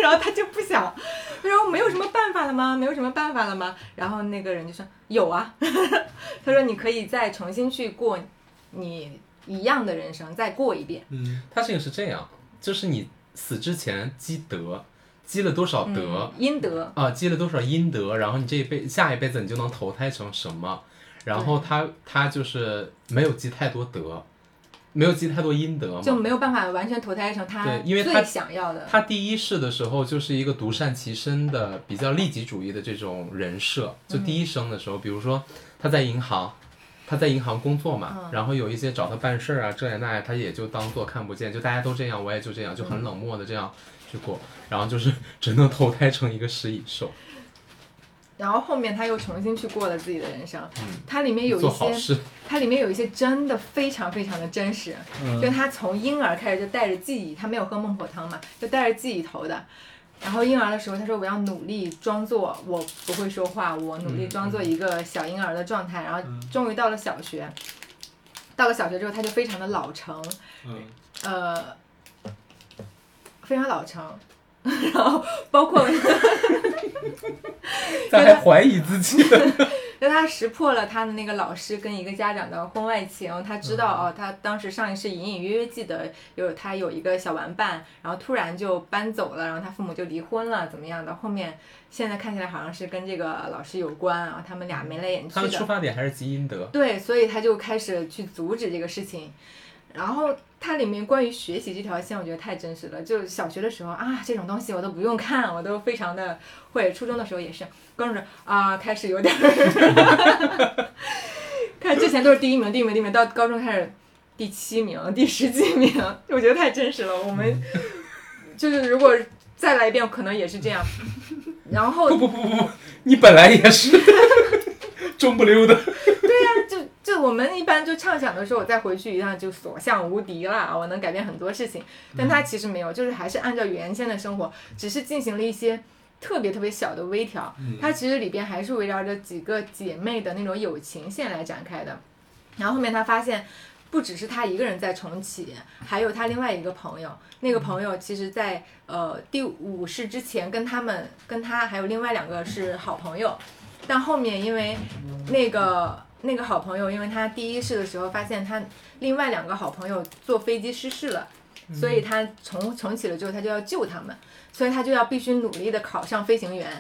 S3: 然后她就不想，她说没有什么办法了吗？没有什么办法了吗？然后那个人就说有啊， 她说你可以再重新去过你一样的人生，再过一遍。
S2: 嗯，
S1: 他这个是这样，就是你死之前积德，积了多少
S3: 嗯，
S1: 德，
S3: 阴德，
S1: 啊，积了多少阴德，然后你这一辈下一辈子你就能投胎成什么？然后他他就是没有积太多德，没有积太多阴德
S3: 就
S1: 嘛。
S3: 没有办法完全投胎成他
S1: 对因为他
S3: 最想要的。
S1: 他第一世的时候就是一个独善其身的、比较利己主义的这种人设。就
S3: 嗯
S1: 第一生的时候，比如说他在银行，他在银行工作嘛，
S3: 嗯
S1: 然后有一些找他办事儿啊，这呀那呀，他也就当做看不见，就大家都这样，我也就这样，就
S3: 嗯
S1: 很冷漠的这样去过，然后就是 只能投胎成一个食蚁兽，
S3: 然后后面他又重新去过了自己的人生，它里面有
S1: 嗯做
S3: 一
S1: 好
S3: 些，
S1: 事。
S3: 它里面有一些真的非常非常的真实，
S1: 嗯
S3: 就他从婴儿开始就带着记忆，他没有喝孟婆汤嘛，就带着记忆投的。然后婴儿的时候，他说我要努力装作我不会说话，我努
S1: 嗯
S3: 力装作一个小婴儿的状态。然后
S2: 嗯
S3: 终于到了小学，到了小学之后，他就非常的老成，
S2: 嗯，
S3: 呃，非常老成， 然后包括。
S1: 他还怀疑自己的。
S3: 就他识破了他的那个老师跟一个家长的婚外情，他知道
S1: 嗯
S3: 哦，他当时上一世隐隐约约记得有他有一个小玩伴，然后突然就搬走了，然后他父母就离婚了，怎么样的？后面现在看起来好像是跟这个老师有关，然后他们俩眉来眼去
S1: 他的出
S3: 的，
S1: 发点还是积阴德，
S3: 对，所以他就开始去阻止这个事情，然后。它里面关于学习这条线，我觉得太真实了。就是小学的时候啊，这种东西我都不用看，我都非常的会。初中的时候也是，跟着啊，开始有点 看之前都是第一名、第一名、第一名，到高中开始第七名、第十几名，我觉得太真实了。我们就是如果再来一遍，可能也是这样。然后
S1: 不不不不不，你本来也是中不溜的。
S3: 就就就我们一般就畅想的说，我再回去一趟就所向无敌了，我能改变很多事情。但他其实没有，就是还是按照原先的生活，只是进行了一些特别特别小的微调。
S2: 嗯
S3: 它其实里边还是围绕着几个姐妹的那种友情线来展开的。然后后面他发现，不只是他一个人在重启，还有他另外一个朋友。那个朋友其实在，呃第五世之前跟他们跟他还有另外两个是好朋友，但后面因为那个那个好朋友，因为他第一世的时候发现他另外两个好朋友坐飞机失事了，所以他重重启了之后，他就要救他们，所以他就要必须努力的考上飞行员。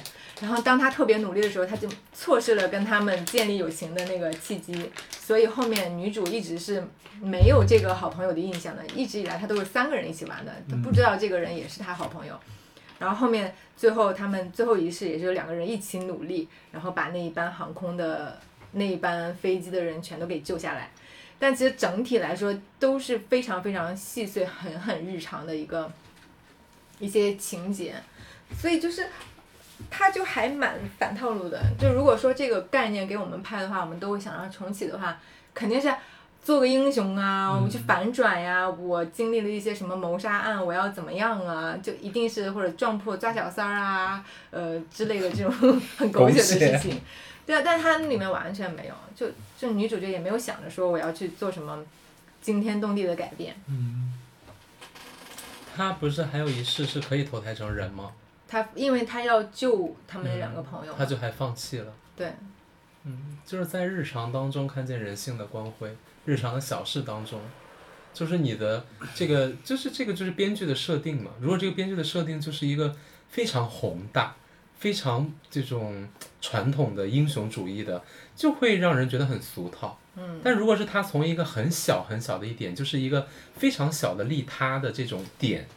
S3: 然后当他特别努力的时候，他就错失了跟他们建立友情的那个契机，所以后面女主一直是没有这个好朋友的印象的，一直以来她都是三个人一起玩的，她不知道这个人也是她好朋友。然后后面最后他们最后一世也是两个人一起努力，然后把那一班航空的那一班飞机的人全都给救下来。但其实整体来说都是非常非常细碎、很很日常的一个一些情节，所以就是它就还蛮反套路的。就如果说这个概念给我们拍的话，我们都会想让重启的话，肯定是做个英雄啊，我去反转呀、我经历了一些什么谋杀案，我要怎么样啊？就一定是或者撞破抓小三儿啊，呃之类的这种 很狗血的事情。对啊，但是它里面完全没有，就就女主角也没有想着说我要去做什么惊天动地的改变，
S2: 嗯，
S1: 他不是还有一世是可以投胎成人吗？
S3: 她因为她要救他们那两个朋友嘛，
S1: 他就还放弃了。
S3: 对，
S1: 嗯，就是在日常当中看见人性的光辉，日常的小事当中，就是你的这个，就是这个就是编剧的设定嘛。如果这个编剧的设定就是一个非常宏大、非常这种传统的英雄主义的，就会让人觉得很俗套。
S3: 嗯，
S1: 但如果是他从一个很小很小的一点，就是一个非常小的利他的这种点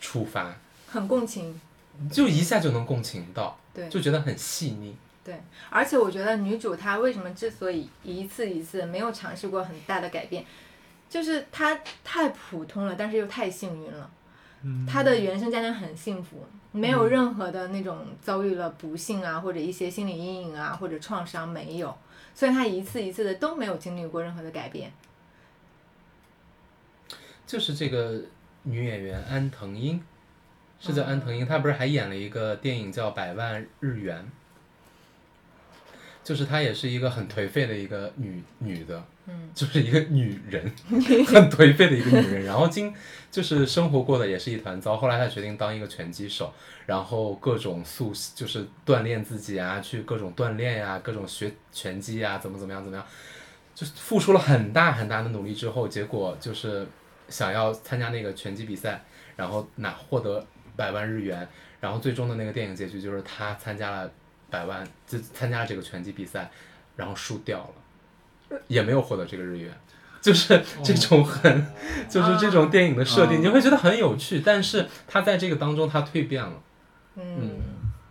S1: 出发，
S3: 很共情。
S1: 就一下就能共情到，
S3: 对
S1: 就觉得很细腻。
S3: 而且我觉得女主她为什么之所以一次一次没有尝试过很大的改变，就是她太普通了，但是又太幸运了。
S2: 嗯
S3: 她的原生家庭很幸福，没
S1: 嗯
S3: 有任何的那种遭遇了不幸啊，或者一些心理阴影啊，或者创伤没有，所以她一次一次的都没有经历过任何的改变。
S1: 就是这个女演员安藤樱，是叫安藤樱，她不是还演了一个电影叫《百万日元》，就是她也是一个很颓废的一个女女的，
S3: 嗯，
S1: 就是一个女人，很颓废的一个女人。然后经就是生活过的也是一团糟，后来她决定当一个拳击手，然后各种塑就是锻炼自己啊，去各种锻炼呀、各种学拳击啊，怎么怎么样怎么样，就是付出了很大很大的努力之后，结果就是想要参加那个拳击比赛，然后拿获得百万日元，然后最终的那个电影结局就是她参加了百万，就参加了这个拳击比赛，然后输掉了，也没有获得这个日元，就是这种很。就是这种电影的设定，
S2: 啊
S1: 你会觉得很有趣，但是他在这个当中他蜕变了，
S3: 嗯，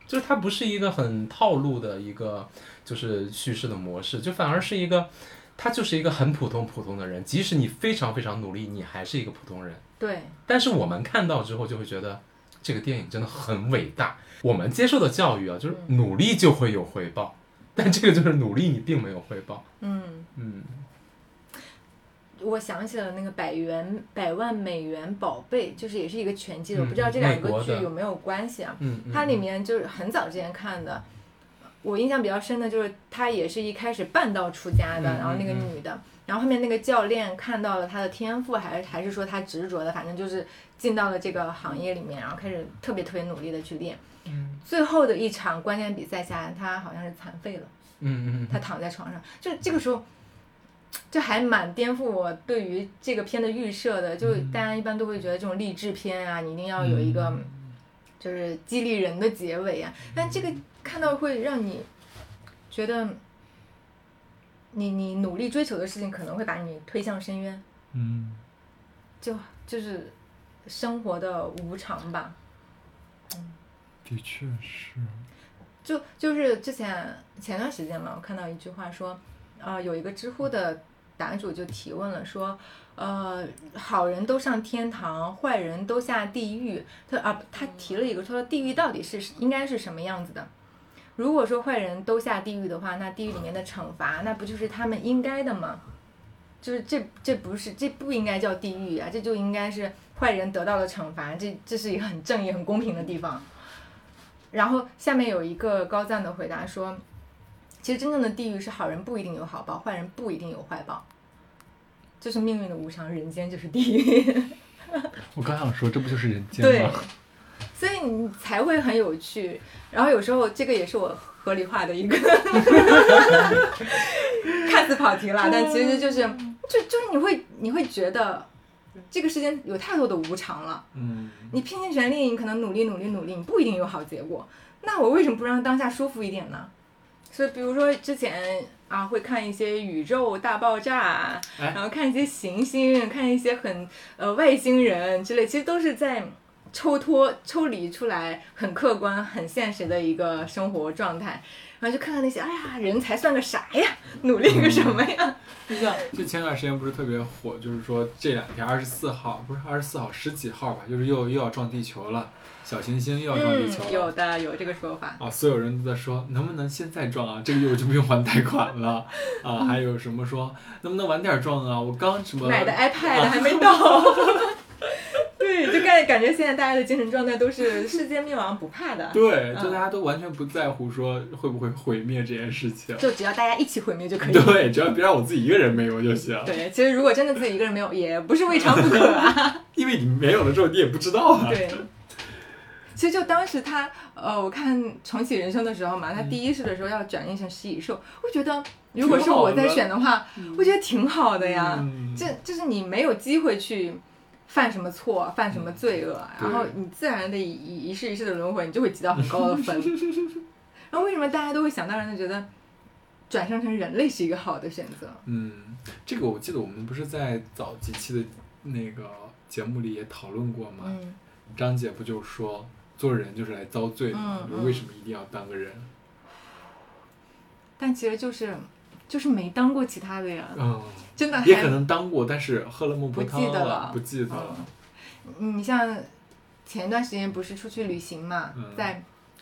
S1: 就是他不是一个很套路的一个就是叙事的模式，就反而是一个他就是一个很普通普通的人，即使你非常非常努力，你还是一个普通人。
S3: 对，
S1: 但是我们看到之后就会觉得这个电影真的很伟大。我们接受的教育啊，就是努力就会有回报，但这个就是努力你并没有回报。
S3: 嗯，
S1: 嗯，
S3: 我想起了那个百元百万美元宝贝，就是也是一个拳击手，
S1: 嗯
S3: 不知道这两
S1: 美
S3: 个
S1: 国
S3: 剧
S1: 的
S3: 有没有关系啊？
S1: 嗯嗯
S3: 它里面就是很早之前看的，我印象比较深的就是她也是一开始半道出家的，
S1: 嗯
S3: 然后那个
S1: 嗯
S3: 女的，然后后面那个教练看到了她的天赋，还是还是说她执着的，反正就是进到了这个行业里面，然后开始特别特别努力的去练。
S1: 嗯
S3: 最后的一场关键比赛下来，她好像是残废了，
S1: 嗯嗯
S3: 她躺在床上，就这个时候。就还蛮颠覆我对于这个片的预设的，就
S1: 嗯
S3: 大家一般都会觉得这种励志片啊，你一定要有一个
S2: 嗯
S3: 就是激励人的结尾啊。但这个看到会让你觉得你，你努力追求的事情可能会把你推向深渊，
S2: 嗯，
S3: 就就是生活的无常吧。
S2: 的确是，
S3: 就就是之前前段时间嘛，我看到一句话说，呃，有一个知乎的答主就提问了，说，呃，好人都上天堂，坏人都下地狱。他啊，不他提了一个，他说地狱到底是应该是什么样子的？如果说坏人都下地狱的话，那地狱里面的惩罚，那不就是他们应该的吗？就是这这不是这不应该叫地狱啊，这就应该是坏人得到了惩罚，这这是一个很正义、很公平的地方。然后下面有一个高赞的回答说，其实真正的地狱是好人不一定有好报，坏人不一定有坏报，就是命运的无常，人间就是地狱。
S2: 我刚想说，这不就是人间
S3: 对
S2: 吗？，
S3: 所以你才会很有趣。然后有时候这个也是我合理化的一个，看似跑题了，但其实就是就就是你会你会觉得这个世间有太多的无常了。
S2: 嗯，
S3: 你拼尽全力，你可能努力努力努力，你不一定有好结果。那我为什么不让当下舒服一点呢？所以，比如说之前啊，会看一些宇宙大爆炸，
S2: 哎
S3: 然后看一些行星，看一些很呃外星人之类，其实都是在抽脱、抽离出来，很客观、很现实的一个生活状态。然后就看看那些，哎呀，人才算个啥呀？努力个什么呀？
S2: 就像就前段时间不是特别火，就是说这两天二十四号不是二十四号十几号吧，就是又又要撞地球了，小行星又要撞地球
S3: 嗯，
S2: 了。
S3: 有的有这个说法。
S2: 啊，所有人都在说能不能现在撞啊，这个月我就不用还贷款了啊，还有什么说能不能晚点撞啊，我刚什么
S3: 嗯买的 iPad
S2: 啊
S3: 还没到。 对，就感感觉现在大家的精神状态都 是世界灭亡不怕的，
S2: 对，就
S3: 嗯
S2: 大家都完全不在乎说会不会毁灭这件事情，
S3: 就只要大家一起毁灭就可以。
S2: 对，只要别让我自己一个人没有就行，
S3: 对，其实如果真的自己一个人没有，也不是未尝不可 啊。
S2: 因为你没有了之后你也不知道啊。
S3: 对，其实就当时他呃，我看《重启人生》的时候
S2: 嗯
S3: 嘛，他第一世的时候要转运成食蚁兽，我觉得如果是
S2: 挺好
S3: 我
S2: 的
S3: 在选的话，我觉得挺好的呀。
S2: 嗯
S3: 啊这就是你没有机会去犯什么错、犯什么罪恶，
S2: 嗯对
S3: 然后你自然的一一一世一世的轮回，你就会积到很高的 分。然后为什么大家都会想当然的觉得转生成人类是一个好的选择？
S2: 嗯，这个我记得我们不是在早几期的那个节目里也讨论过吗？
S3: 嗯，
S2: 张姐不就说做人就是来遭罪的吗？
S3: 嗯
S2: 就为什么一定要当个人？
S3: 但其实就是就是没当过其他的呀，
S2: 嗯，
S3: 真 的
S2: 也可
S3: 还
S2: 能当过，但是喝了孟婆汤
S3: 不记得了
S2: 不记得了。
S3: 嗯你像前段时间不是出去旅行嘛，
S2: 嗯
S3: 在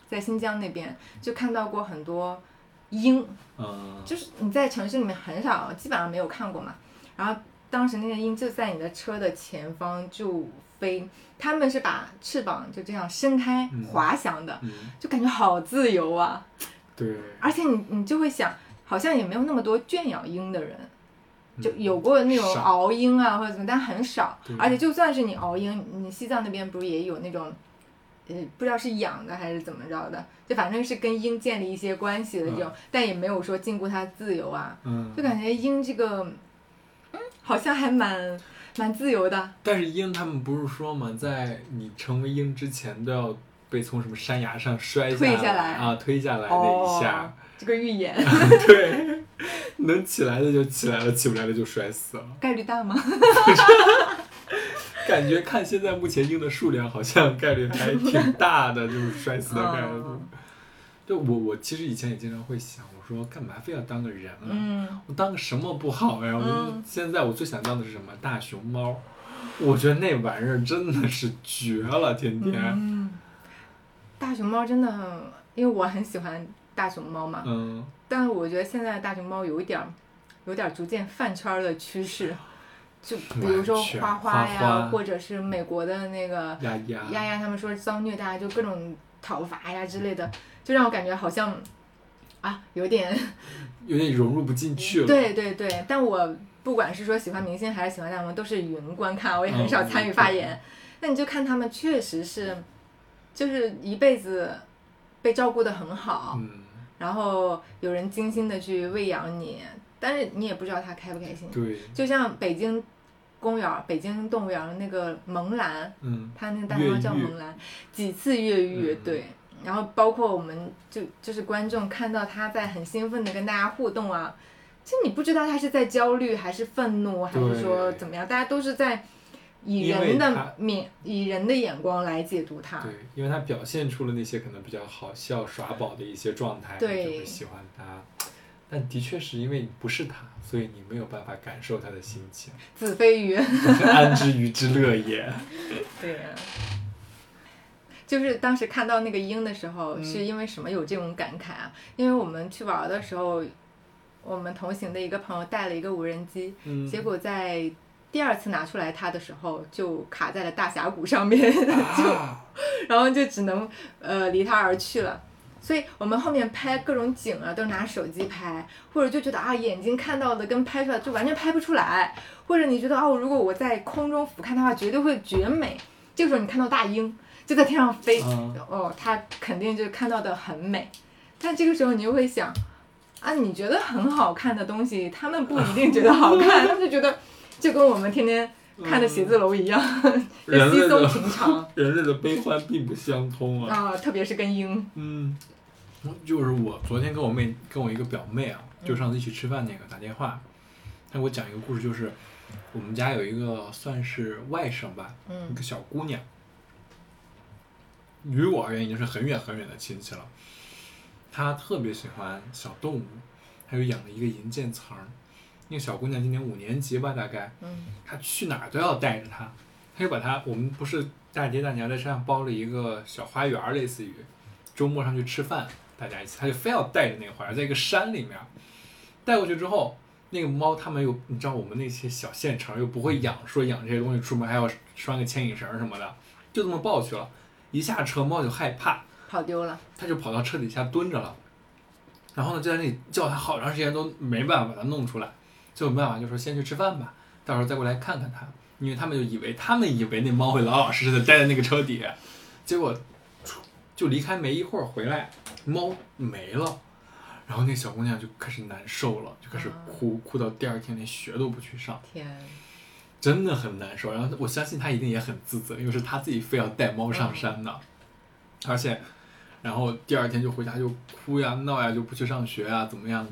S3: 在新疆那边就看到过很多鹰，
S2: 嗯，
S3: 就是你在城市里面很少，基本上没有看过嘛。然后当时那个鹰就在你的车的前方就飞，他们是把翅膀就这样伸开
S2: 嗯
S3: 滑翔的，
S2: 嗯，
S3: 就感觉好自由啊！
S2: 对，
S3: 而且你你就会想，好像也没有那么多圈养鹰的人，
S2: 嗯
S3: 就有过那种
S2: 少
S3: 熬鹰啊或者怎么，但很少
S2: 对。
S3: 而且就算是你熬鹰，你西藏那边不是也有那种，呃，不知道是养的还是怎么着的，就反正是跟鹰建立一些关系的这种，但也没有说禁锢它自由啊。
S2: 嗯
S3: 就，感觉鹰这个，嗯，好像还蛮蛮自由的。
S2: 但是鹰他们不是说嘛，在你成为鹰之前都要被从什么山崖上摔
S3: 推
S2: 下
S3: 下来
S2: 啊，推下来那一下，
S3: 哦这个预言
S2: 对，能起来的就起来了，起不来的就摔死了。
S3: 概率大吗？
S2: 感觉看现在目前鹰的数量，好像概率还挺大的，就是摔死的概率
S3: 哦。
S2: 对我，我其实以前也经常会想，我说干嘛非要当个人啊？
S3: 嗯，
S2: 我当个什么不好呀？我
S3: 嗯
S2: 现在我最想当的是什么？大熊猫。我觉得那玩意儿真的是绝了，天天。啊
S3: 嗯，大熊猫真的很，因为我很喜欢大熊猫嘛，
S2: 嗯，
S3: 但是我觉得现在的大熊猫有一点儿，有点儿逐渐饭圈儿的趋势。就比如说
S2: 完全
S3: 花花呀，
S2: 花花嗯
S3: 或者是美国的那个
S2: 丫丫，
S3: 丫丫他们说遭虐待，就各种讨伐呀之类的，就让我感觉好像啊有点
S2: 有点融入不进去了。
S3: 对对对，但我不管是说喜欢明星还是喜欢大熊猫，都是云观看，我也很少参与发言。那你就看他们确实是，就是一辈子被照顾的很好，
S2: 嗯，
S3: 然后有人精心的去喂养你，但是你也不知道他开不开心。
S2: 对，
S3: 就像北京公园儿、北京动物园儿那个萌兰，
S2: 嗯，
S3: 他那个大熊猫叫
S2: 越狱
S3: 萌兰，几次越狱，
S2: 嗯
S3: 对。然后包括我们就就是观众看到他在很兴奋的跟大家互动啊，其实你不知道他是在焦虑还是愤怒还是说
S2: 对
S3: 怎么样，大家都是在以
S2: 因为
S3: 人
S2: 他
S3: 的面以人的眼光来解读他
S2: 对。，因为他表现出了那些可能比较好笑、耍宝的一些状态，你
S3: 对
S2: 就会喜欢他。但的确是因为你不是他，所以你没有办法感受他的心 情，
S3: 子非 鱼，
S2: 安之鱼之乐也。
S3: 对呀、就是当时看到那个鹰的时候，
S2: 嗯
S3: 是因为什么有这种感慨啊？因为我们去玩儿的时候，我们同行的一个朋友带了一个无人机，
S2: 嗯，
S3: 结果在第二次拿出来它的时候，就卡在了大峡谷上面，
S2: 啊
S3: 然后就只能呃离它而去了。所以我们后面拍各种景啊，都是拿手机拍，或者就觉得啊眼睛看到的跟拍出来就完全拍不出来，或者你觉得哦，如果我在空中俯瞰的话，绝对会绝美。这个时候你看到大鹰就在天上飞，
S2: 嗯
S3: 哦，它肯定就是看到的很美。但这个时候你就会想，啊，你觉得很好看的东西，他们不一定觉得好看，他们就觉得就跟我们天天看的写字楼一样，
S2: 人类
S3: 稀松
S2: 的
S3: 平常
S2: 人类的悲欢并不相通啊。
S3: 啊、特别是跟鹰。
S2: 嗯，我就是我昨天跟我妹跟我一个表妹啊，就上次一起吃饭那个打电话，她给我讲一个故事，就是我们家有一个算是外甥吧，一
S3: 嗯
S2: 个小姑娘，于我而言已经是很远很远的亲戚了。她特别喜欢小动物，还有养了一个银渐层儿。那个小姑娘今年五年级吧，大概，
S3: 嗯
S2: 她去哪儿都要带着它。她就把它，我们不是大姐大娘在山上包了一个小花园儿，类似于周末上去吃饭，大家一起，她就非要带着那个花园，在一个山里面带过去之后，那个猫它们又，你知道我们那些小县城又不会养，说养这些东西，出门还要拴个牵引绳儿什么的，就这么抱去了。一下车，猫就害怕，
S3: 跑丢了，
S2: 它就跑到车底下蹲着了。然后呢，就在那里叫它好长时间都没办法把它弄出来，最后没办法就说先去吃饭吧，到时候再过来看看它，因为他们就以为他们以为那猫会老老实实的待在那个车底，结果出就离开没一会儿回来，猫没了。然后那小姑娘就开始难受了，就开始哭，哭到第二天连学都不去上，
S3: 天，
S2: 真的很难受。然后我相信她一定也很自责，因为是她自己非要带猫上山的，而且，然后第二天就回家就哭呀闹呀，就不去上学啊，怎么样的。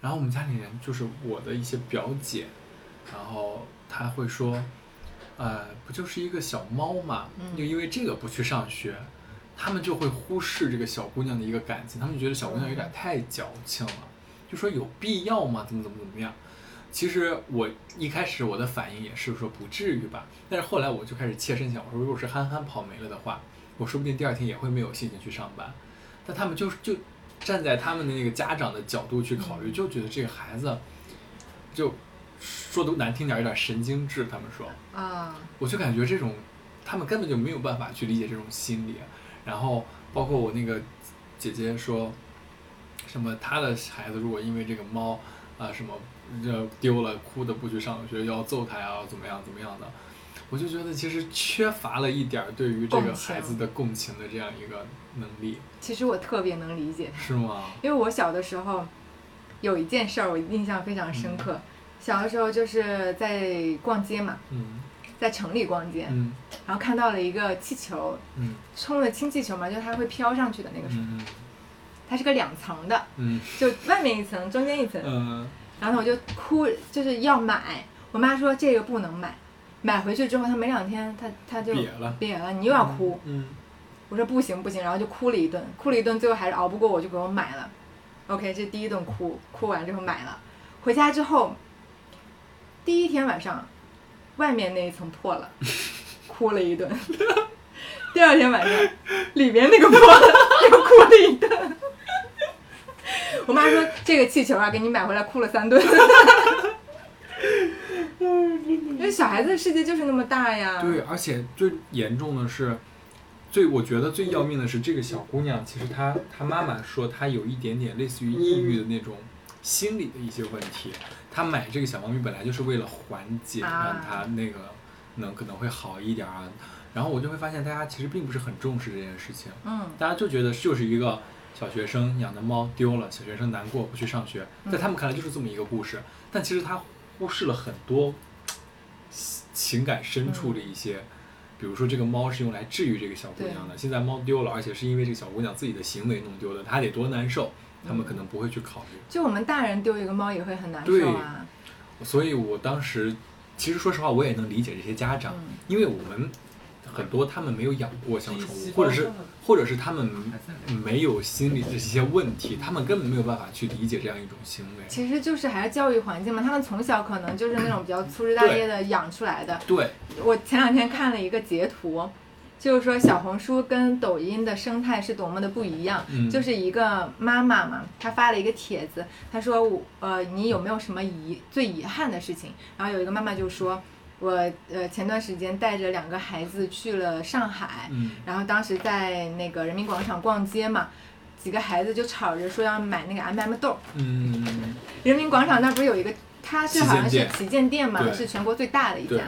S2: 然后我们家里人就是我的一些表姐，然后她会说，呃，不就是一个小猫嘛，
S3: 嗯
S2: 就因为这个不去上学，他们就会忽视这个小姑娘的一个感情，他们就觉得小姑娘有点太矫情了，就说有必要吗？怎么怎么怎么样？其实我一开始我的反应也是说不至于吧，但是后来我就开始切身想，我说如果是憨憨跑没了的话，我说不定第二天也会没有心情去上班。但他们就是就站在他们的那个家长的角度去考虑，就觉得这个孩子就说的难听点儿，有点神经质。他们说，
S3: 啊，
S2: 我就感觉这种他们根本就没有办法去理解这种心理。然后包括我那个姐姐说，什么她的孩子如果因为这个猫啊、什么呃丢了，哭的不去上学，要揍他呀，怎么样怎么样的。我就觉得其实缺乏了一点儿对于这个
S3: 共情
S2: 孩子的共情的这样一个能力，
S3: 其实我特别能理解，
S2: 是吗？
S3: 因为我小的时候有一件事儿我印象非常深刻。小的时候就是在逛街嘛，
S2: 嗯
S3: 在城里逛街，
S2: 嗯
S3: 然后看到了一个气球，
S2: 嗯
S3: 充了氢气球嘛，就是它会飘上去的那个，
S2: 嗯
S3: 它是个两层的，
S2: 嗯
S3: 就外面一层，中间一层。
S2: 嗯
S3: 然后我就哭，就是要买，我妈说这个不能买，买回去之后它没两天，它它就
S2: 瘪了
S3: 瘪了，你又要哭。
S2: 嗯
S3: 我说不行不行，然后就哭了一顿，哭了一顿，最后还是熬不过，我就给我买了。OK，这第一顿哭，哭完之后买了，回家之后，第一天晚上，外面那一层破了，哭了一顿。 第二天晚上，里面那个破了，又哭了一顿。 我妈说这个气球啊，给你买回来哭了三顿。 因为小孩哎子的世界就是那么大呀。
S2: 对，而且最严重的是，最我觉得最要命的是，这个小姑娘其实她她妈妈说她有一点点类似于抑郁的那种心理的一些问题。她买这个小猫咪本来就是为了缓解，
S3: 啊
S2: 让她那个能可能会好一点啊。然后我就会发现，大家其实并不是很重视这件事情，
S3: 嗯，
S2: 大家就觉得就是一个小学生养的猫丢了，小学生难过不去上学，在他们看来就是这么一个故事，但其实他忽视了很多情感深处的一些，比如说这个猫是用来治愈这个小姑娘的，现在猫丢了，而且是因为这个小姑娘自己的行为弄丢的，她得多难受，他们可能不会去考虑。
S3: 就我们大人丢一个猫也会很难
S2: 对
S3: 受啊。
S2: 所以我当时其实说实话，我也能理解这些家长，
S3: 嗯
S2: 因为我们很多他们没有养过小宠物，或者是或者是他们没有心理这些问题，他们根本没有办法去理解这样一种行为。
S3: 其实就是还是教育环境嘛，他们从小可能就是那种比较粗枝大叶的养出来的。
S2: 对，
S3: 我前两天看了一个截图，就是说小红书跟抖音的生态是多么的不一样。
S2: 嗯，
S3: 就是一个妈妈嘛，她发了一个帖子，她说我呃，你有没有什么遗最遗憾的事情？然后有一个妈妈就说，我呃前段时间带着两个孩子去了上海，
S2: 嗯
S3: 然后当时在那个人民广场逛街嘛，几个孩子就吵着说要买那个 M、m 豆儿。
S2: 嗯嗯，
S3: 人民广场那不是有一个，它是好像
S2: 旗舰
S3: 是
S2: 店
S3: 旗舰店嘛，
S2: 对
S3: 是全国最大的一
S2: 对
S3: 家。，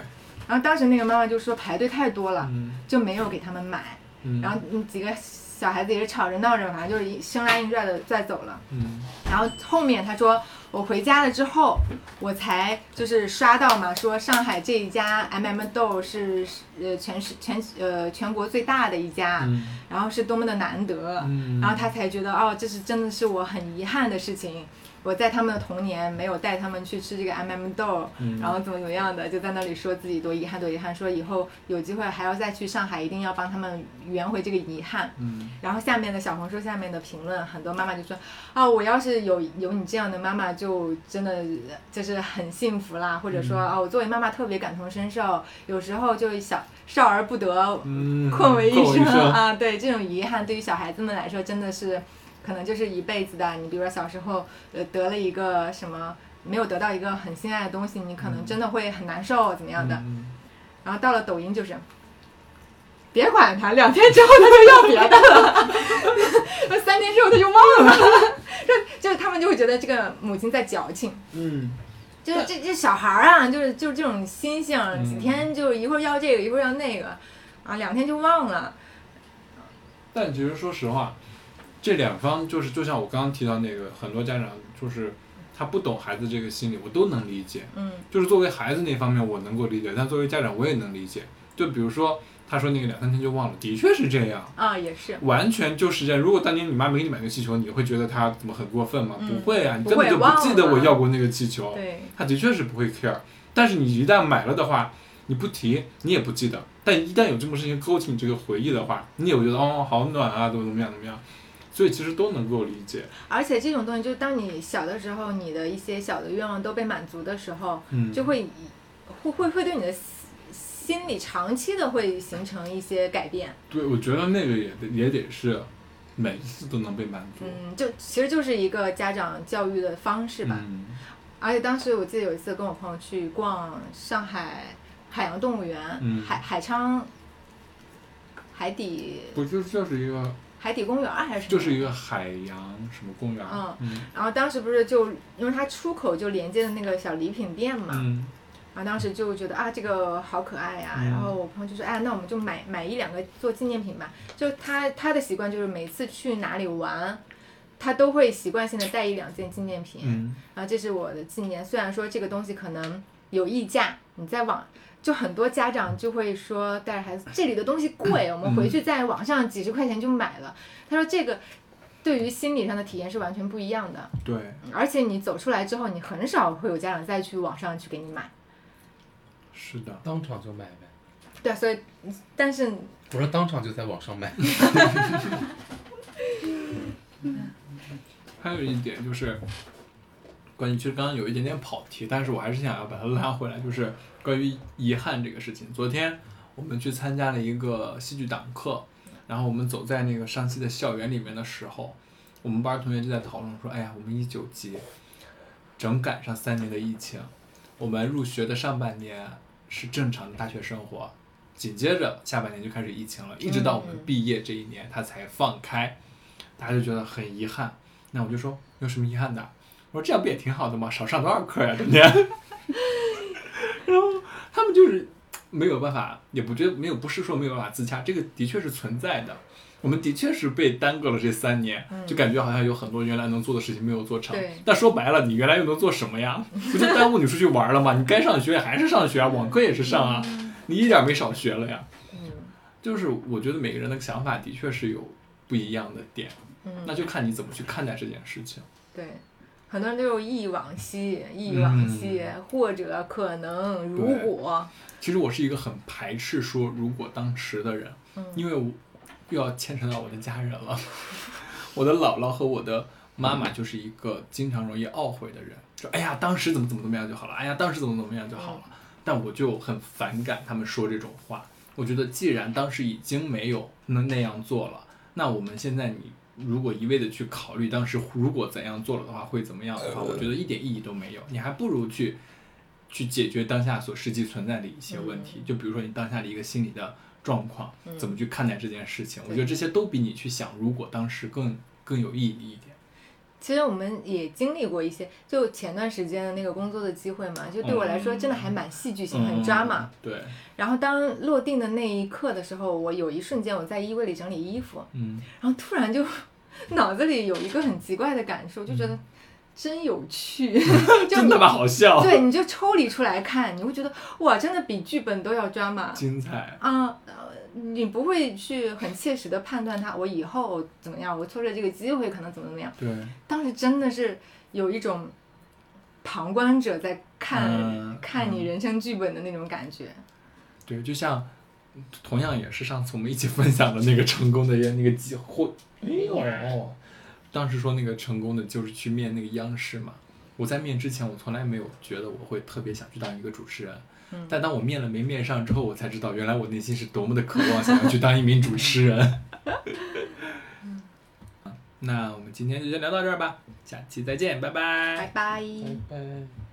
S3: 然后当时那个妈妈就说排队太多了，
S2: 嗯
S3: 就没有给他们买。
S2: 嗯，
S3: 然后嗯几个小孩子也是吵着闹着，反正就是一生拉硬拽的拽走了。
S2: 嗯
S3: 然后后面他说我回家了之后，我才就是刷到嘛，说上海这一家 M、m 豆是呃全市全呃全国最大的一家，
S2: 嗯
S3: 然后是多么的难得，
S2: 嗯，
S3: 啊然后他才觉得哦，这是真的是我很遗憾的事情。我在他们的童年没有带他们去吃这个 M、m 豆，
S2: 嗯，
S3: 然后怎么怎么样的，就在那里说自己多遗憾多遗憾，说以后有机会还要再去上海，一定要帮他们圆回这个遗憾。
S2: 嗯
S3: 然后下面的小红书下面的评论，很多妈妈就说，啊，我要是有有你这样的妈妈，就真的就是很幸福啦，或者说
S2: 嗯
S3: 啊，我作为妈妈特别感同身受，有时候就小少儿不得
S2: 嗯，
S3: 困为一
S2: 生
S3: 生、，啊，对这种遗憾，对于小孩子们来说，真的是可能就是一辈子的。你比如说小时候，呃，得了一个什么，没有得到一个很心爱的东西，你可能真的会很难受，怎么样的。
S2: 嗯
S3: 然后到了抖音就是，别管他，两天之后他就要别的了，那 三天之后他就忘了， 就就是他们就会觉得这个母亲在矫情。
S2: 嗯
S3: 就是这这小孩儿啊，就是就是这种心性，几
S2: 嗯
S3: 天就一会儿要这个，一会儿要那个，啊，两天就忘了。
S2: 但其实说实话，这两方就是就像我刚刚提到那个，很多家长就是他不懂孩子这个心理，我都能理解。
S3: 嗯
S2: 就是作为孩子那方面我能够理解，但作为家长我也能理解。就比如说他说那个两三天就忘了，的确是这样。
S3: 啊，也是，
S2: 完全就是这样。如果当年你妈没给你买个气球，你会觉得她怎么很过分吗？
S3: 嗯
S2: 不会啊，你
S3: 不
S2: 根本
S3: 会
S2: 就不
S3: 忘
S2: 记得
S3: 了
S2: 我要过那个气球。
S3: 对，
S2: 他的确是不会 care，但是你一旦买了的话，你不提你也不记得，但一旦有这种事情勾起你这个回忆的话，你也会觉得哦好暖啊，怎么怎么样怎么样，所以其实都能够理解。
S3: 而且这种东西，就是当你小的时候，你的一些小的愿望都被满足的时候，
S2: 嗯
S3: 就会以会会会对你的心心理长期的会形成一些改变。
S2: 对，我觉得那个也得也得是每一次都能被满足。
S3: 嗯，就其实就是一个家长教育的方式吧。
S2: 嗯
S3: 而且当时我记得有一次跟我朋友去逛上海海洋动物园，
S2: 嗯
S3: 海海昌海底
S2: 不就就是一个
S3: 海底公园儿还是什
S2: 就
S3: 么？
S2: 是一个海洋什么公园？
S3: 嗯
S2: 嗯
S3: 然后当时不是就因为它出口就连接的那个小礼品店嘛，
S2: 嗯
S3: 然后当时就觉得啊这个好可爱呀、
S2: 嗯
S3: 然后我朋友就说哎那我们就买买一两个做纪念品吧。就他他的习惯就是每次去哪里玩，他都会习惯性的带一两件纪念品。
S2: 嗯
S3: 然后这是我的纪念，虽然说这个东西可能有溢价，你在网就很多家长就会说带着孩子这里的东西贵，
S2: 嗯
S3: 我们回去在网上几十块钱就买了。他说这个对于心理上的体验是完全不一样的，
S2: 对，
S3: 而且你走出来之后，你很少会有家长再去网上去给你买。
S2: 是的，
S1: 当场就买呗。
S3: 对，所以但是
S1: 我说当场就在网上买，
S2: 还有一点就是，关于其实刚刚有一点点跑题，但是我还是想要把它拉回来，就是关于遗憾这个事情。昨天我们去参加了一个戏剧党课，然后我们走在那个上戏的校园里面的时候，我们班同学就在讨论说，哎呀，我们一九级正赶上三年的疫情，我们入学的上半年是正常的大学生活。紧接着下半年就开始疫情了，一直到我们
S3: 嗯
S2: 毕业这一年，它才放开，大家就觉得很遗憾。那我就说有什么遗憾的？我说这样不也挺好的吗？少上多少课呀，对不对？然后他们就是没有办法，也不觉得没有，不是说没有办法自洽，这个的确是存在的。我们的确是被耽搁了这三年，
S3: 嗯
S2: 就感觉好像有很多原来能做的事情没有做成
S3: 对。
S2: 但说白了，你原来又能做什么 呀？不就耽误你出去玩了吗？你该上学还是上学啊，网课也是上啊，你一点没少学了呀。
S3: 嗯
S2: 就是我觉得每个人的想法的确是有不一样的点，那
S3: 嗯
S2: 就看你怎么去看待这件事情。
S3: 对。很多人都是忆往昔，忆往昔，
S2: 嗯
S3: 或者可能如
S2: 对
S3: 果，
S2: 其实我是一个很排斥说如果当时的人，
S3: 嗯
S2: 因为我又要牵扯到我的家人了。 我的姥姥和我的妈妈就是一个经常容易懊悔的人，说哎呀当时怎么怎么怎么样就好了，哎呀当时怎么怎么样就好了。但我就很反感他们说这种话，我觉得既然当时已经没有能那样做了，那我们现在你如果一味的去考虑当时如果怎样做了的话会怎么样的话，我觉得一点意义都没有。你还不如去去解决当下所实际存在的一些问题，就比如说你当下的一个心理的状况，怎么去看待这件事情，我觉得这些都比你去想如果当时更更有意义一点。
S3: 其实我们也经历过一些，就前段时间的那个工作的机会嘛，就对我来说真的还蛮戏剧性，很抓马。
S2: 嗯，对，
S3: 然后当落定的那一刻的时候，我有一瞬间我在衣柜里整理衣服，
S2: 嗯，
S3: 然后突然就脑子里有一个很奇怪的感受，就觉得真有趣， 就
S2: 嗯 真
S3: 你
S2: 他妈好笑，
S3: 对，你就抽离出来看，你会觉得哇，真的比剧本都要抓马
S2: 精彩，
S3: 啊、呃你不会去很切实的判断它，我以后怎么样，我错过这个机会可能怎么怎么样。
S2: 对，
S3: 当时真的是有一种旁观者在看、
S2: 嗯
S3: 看
S2: 嗯
S3: 你人生剧本的那种感觉。
S2: 对，就像同样也是上次我们一起分享的那个成功的那个机会，哎呦，当时说那个成功的就是去面那个央视嘛。我在面之前，我从来没有觉得我会特别想去当一个主持人，
S3: 嗯
S2: 但当我面了没面上之后，我才知道原来我内心是多么的渴望想要去当一名主持人。
S3: 嗯
S2: 那我们今天就先聊到这儿吧，下期再见，拜拜
S3: 拜拜。
S2: 拜。